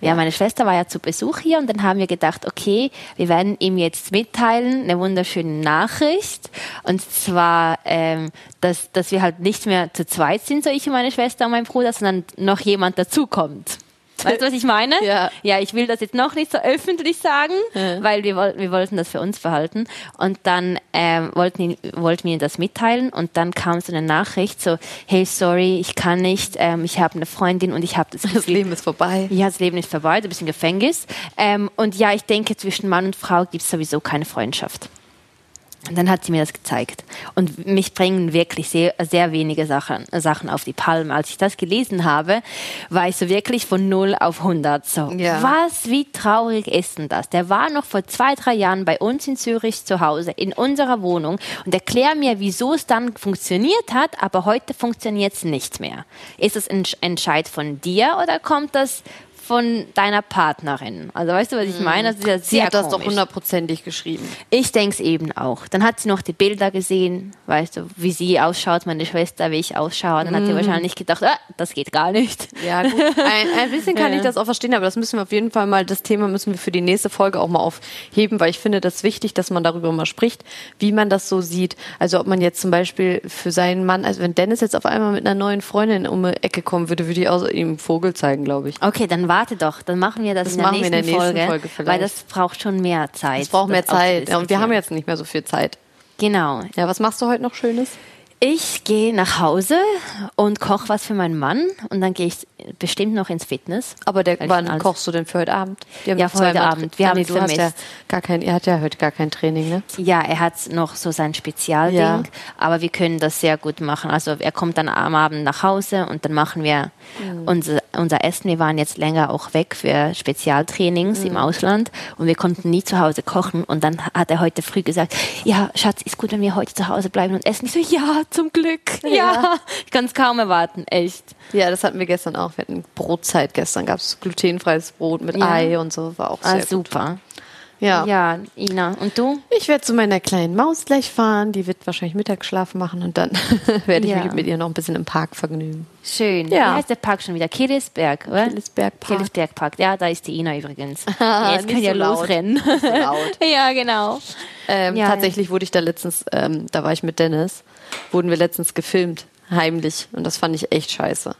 Speaker 2: Ja, meine Schwester war ja zu Besuch hier und dann haben wir gedacht, okay, wir werden ihm jetzt mitteilen, eine wunderschöne Nachricht. Und zwar, ähm, dass, dass wir halt nicht mehr zu zweit sind, so ich und meine Schwester und mein Bruder, sondern noch jemand dazukommt. Weißt du, was ich meine?
Speaker 1: Ja.
Speaker 2: ja, ich will das jetzt noch nicht so öffentlich sagen, weil wir, woll- wir wollten das für uns behalten. Und dann ähm, wollten, ihn, wollten wir ihm das mitteilen und dann kam so eine Nachricht so, hey, sorry, ich kann nicht, ähm, ich habe eine Freundin und ich habe das
Speaker 1: Das
Speaker 2: Gefühl,
Speaker 1: Leben ist vorbei.
Speaker 2: ja, das Leben ist vorbei, du bist im Gefängnis. Ähm, und ja, ich denke, zwischen Mann und Frau gibt es sowieso keine Freundschaft. Und dann hat sie mir das gezeigt. Und mich bringen wirklich sehr, sehr wenige Sachen, Sachen auf die Palme. Als ich das gelesen habe, war ich so wirklich von 0 auf 100. So,
Speaker 1: Ja.
Speaker 2: was, wie traurig ist denn das? Der war noch vor zwei, drei Jahren bei uns in Zürich zu Hause, in unserer Wohnung. Und erklär mir, wieso es dann funktioniert hat, aber heute funktioniert es nicht mehr. Ist es ein Sch- Entscheid von dir oder kommt das von deiner Partnerin? Also weißt du, was ich meine? Das ist ja
Speaker 1: Hm. Sie
Speaker 2: sehr
Speaker 1: hat das doch
Speaker 2: komisch.
Speaker 1: hundertprozentig geschrieben.
Speaker 2: Ich denke es eben auch. Dann hat sie noch die Bilder gesehen, weißt du, wie sie ausschaut, meine Schwester, wie ich ausschaue. Dann hat sie wahrscheinlich gedacht, ah, das geht gar nicht.
Speaker 1: Mhm. Ja, gut. Ein, ein bisschen kann ich das auch verstehen, aber das müssen wir auf jeden Fall mal, das Thema müssen wir für die nächste Folge auch mal aufheben, weil ich finde das wichtig, dass man darüber mal spricht, wie man das so sieht. Also ob man jetzt zum Beispiel für seinen Mann, also wenn Dennis jetzt auf einmal mit einer neuen Freundin um die Ecke kommen würde, würde ich auch ihm einen Vogel zeigen, glaube ich.
Speaker 2: [LAUGHS] Okay, dann warte doch. Dann machen wir das, in, der
Speaker 1: machen wir in der
Speaker 2: nächsten
Speaker 1: nächsten
Speaker 2: Folge,
Speaker 1: Folge vielleicht.
Speaker 2: weil das braucht schon mehr Zeit.
Speaker 1: Es braucht mehr
Speaker 2: das
Speaker 1: Zeit. Ja, und wir haben
Speaker 2: auszudiskutieren.
Speaker 1: jetzt nicht mehr so viel Zeit.
Speaker 2: Genau.
Speaker 1: Ja, was machst du heute noch Schönes?
Speaker 2: Ich gehe nach Hause und koche was für meinen Mann und dann gehe ich bestimmt noch ins Fitness.
Speaker 1: Aber der,
Speaker 2: Weil ich
Speaker 1: wann
Speaker 2: alles-
Speaker 1: kochst du denn für heute Abend? Die haben
Speaker 2: Ja,
Speaker 1: doch
Speaker 2: für heute
Speaker 1: zweimal-
Speaker 2: Abend. Wir
Speaker 1: Ah,
Speaker 2: haben
Speaker 1: nee,
Speaker 2: es
Speaker 1: du hast ja
Speaker 2: vermisst.
Speaker 1: gar kein, er hat ja heute gar kein Training, ne?
Speaker 2: Ja, er hat noch so sein Spezialding,
Speaker 1: Ja.
Speaker 2: aber wir können das sehr gut machen. Also er kommt dann am Abend nach Hause und dann machen wir
Speaker 1: Mhm.
Speaker 2: unser, unser Essen. Wir waren jetzt länger auch weg für Spezialtrainings
Speaker 1: Mhm.
Speaker 2: im Ausland und wir konnten nie zu Hause kochen. Und dann hat er heute früh gesagt, ja, Schatz, ist gut, wenn wir heute zu Hause bleiben und essen. Ich so, ja, zum Glück. Ja,
Speaker 1: Ja.
Speaker 2: ich kann es kaum erwarten, echt.
Speaker 1: Ja, das hatten wir gestern auch. Wir hatten Brotzeit gestern. Gab es glutenfreies Brot mit
Speaker 2: Ja.
Speaker 1: Ei und so. War auch sehr
Speaker 2: Ah,
Speaker 1: gut.
Speaker 2: super.
Speaker 1: Also, Ja.
Speaker 2: Ja, Ina. Und du?
Speaker 1: Ich werde zu meiner kleinen Maus gleich fahren. Die wird wahrscheinlich Mittagsschlaf machen und dann [LAUGHS] werde ich
Speaker 2: Ja.
Speaker 1: mich mit ihr noch ein bisschen im Park vergnügen.
Speaker 2: Schön.
Speaker 1: Ja.
Speaker 2: Wie heißt der Park schon wieder? Kirisberg, oder?
Speaker 1: Killisberg Park.
Speaker 2: Kirisberg Park. Ja, da ist die
Speaker 1: [LAUGHS]
Speaker 2: Ina übrigens.
Speaker 1: nicht
Speaker 2: Jetzt kann
Speaker 1: so
Speaker 2: ja
Speaker 1: laut. [LAUGHS]
Speaker 2: losrennen.
Speaker 1: [LAUGHS] So laut.
Speaker 2: ja, genau.
Speaker 1: Ähm,
Speaker 2: Ja,
Speaker 1: tatsächlich wurde ich da letztens, ähm, da war ich mit Dennis, wurden wir letztens gefilmt, heimlich. Und das fand ich echt scheiße.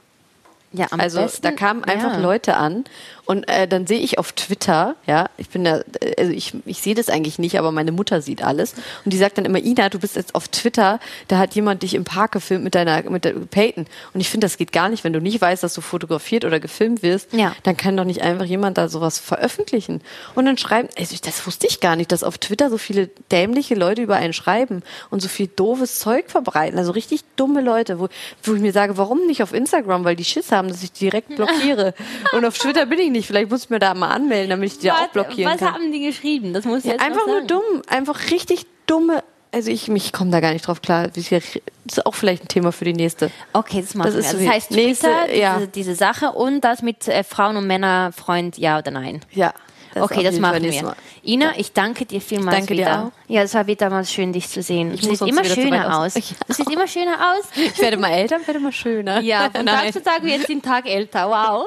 Speaker 2: Ja, am
Speaker 1: also
Speaker 2: besten,
Speaker 1: da kamen einfach
Speaker 2: ja.
Speaker 1: Leute an und äh, dann sehe ich auf Twitter, ja, ich bin da, äh, also ich, ich sehe das eigentlich nicht, aber meine Mutter sieht alles und die sagt dann immer, Ina, du bist jetzt auf Twitter, da hat jemand dich im Park gefilmt mit deiner, mit der Peyton und ich finde, das geht gar nicht, wenn du nicht weißt, dass du fotografiert oder gefilmt wirst,
Speaker 2: Ja.
Speaker 1: dann kann doch nicht einfach jemand da sowas veröffentlichen und dann schreiben, also ich- das wusste ich gar nicht, dass auf Twitter so viele dämliche Leute über einen schreiben und so viel doofes Zeug verbreiten, also richtig dumme Leute, wo, wo ich mir sage, warum nicht auf Instagram, weil die Schiss haben, dass ich die direkt
Speaker 2: [LAUGHS]
Speaker 1: blockiere und auf Twitter bin ich nicht, vielleicht muss ich mir da mal anmelden, damit ich die
Speaker 2: was,
Speaker 1: auch blockieren
Speaker 2: Was
Speaker 1: kann.
Speaker 2: haben die geschrieben? Das muss ich jetzt
Speaker 1: Einfach
Speaker 2: noch
Speaker 1: nur
Speaker 2: sagen.
Speaker 1: dumm, einfach richtig dumme, also ich, ich komme da gar nicht drauf klar, das ist auch vielleicht ein Thema für die nächste.
Speaker 2: Okay, das machen
Speaker 1: Das
Speaker 2: das
Speaker 1: ist
Speaker 2: wir. Also
Speaker 1: so
Speaker 2: das
Speaker 1: wie-
Speaker 2: heißt
Speaker 1: nächste,
Speaker 2: Twitter,
Speaker 1: ja.
Speaker 2: diese, diese Sache und das mit äh, Frauen und Männer, Freund, ja oder nein.
Speaker 1: Ja. auf
Speaker 2: okay,
Speaker 1: jeden
Speaker 2: das
Speaker 1: Fall
Speaker 2: machen
Speaker 1: nächstes
Speaker 2: wir.
Speaker 1: Mal.
Speaker 2: Ina, ich danke dir vielmals
Speaker 1: danke dir
Speaker 2: wieder. Ja, es war wieder mal schön, dich zu sehen.
Speaker 1: Ich
Speaker 2: Du
Speaker 1: muss
Speaker 2: siehst
Speaker 1: sonst
Speaker 2: immer
Speaker 1: wieder zu weit
Speaker 2: schöner
Speaker 1: aus.
Speaker 2: aus.
Speaker 1: [LAUGHS] Ja.
Speaker 2: Du siehst immer schöner aus.
Speaker 1: Ich werde mal älter, werde mal schöner. [LAUGHS]
Speaker 2: [LAUGHS] Ja, von
Speaker 1: Nein.
Speaker 2: Tag zu Tag wird den Tag älter. Wow.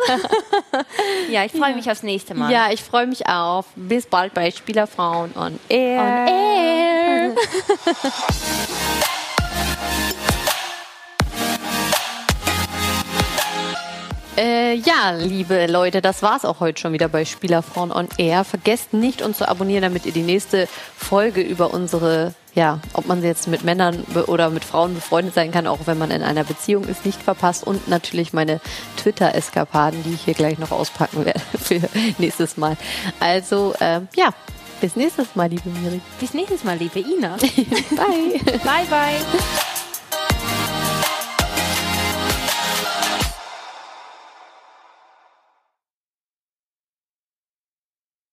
Speaker 2: ja, ich freue mich aufs nächste Mal.
Speaker 1: Ja, ich freue mich auf. Bis bald bei Spielerfrauen on Air.
Speaker 2: On air.
Speaker 1: Äh, ja, liebe Leute, das war's auch heute schon wieder bei Spielerfrauen on Air. Vergesst nicht, uns zu abonnieren, damit ihr die nächste Folge über unsere, ja, ob man jetzt mit Männern be- oder mit Frauen befreundet sein kann, auch wenn man in einer Beziehung ist, nicht verpasst. Und natürlich meine Twitter-Eskapaden, die ich hier gleich noch auspacken werde [LAUGHS] für nächstes Mal. Also, ähm, ja, bis nächstes Mal, liebe Miri.
Speaker 2: [LAUGHS] Bis nächstes Mal, liebe Ina.
Speaker 1: Bye.
Speaker 2: bye, bye.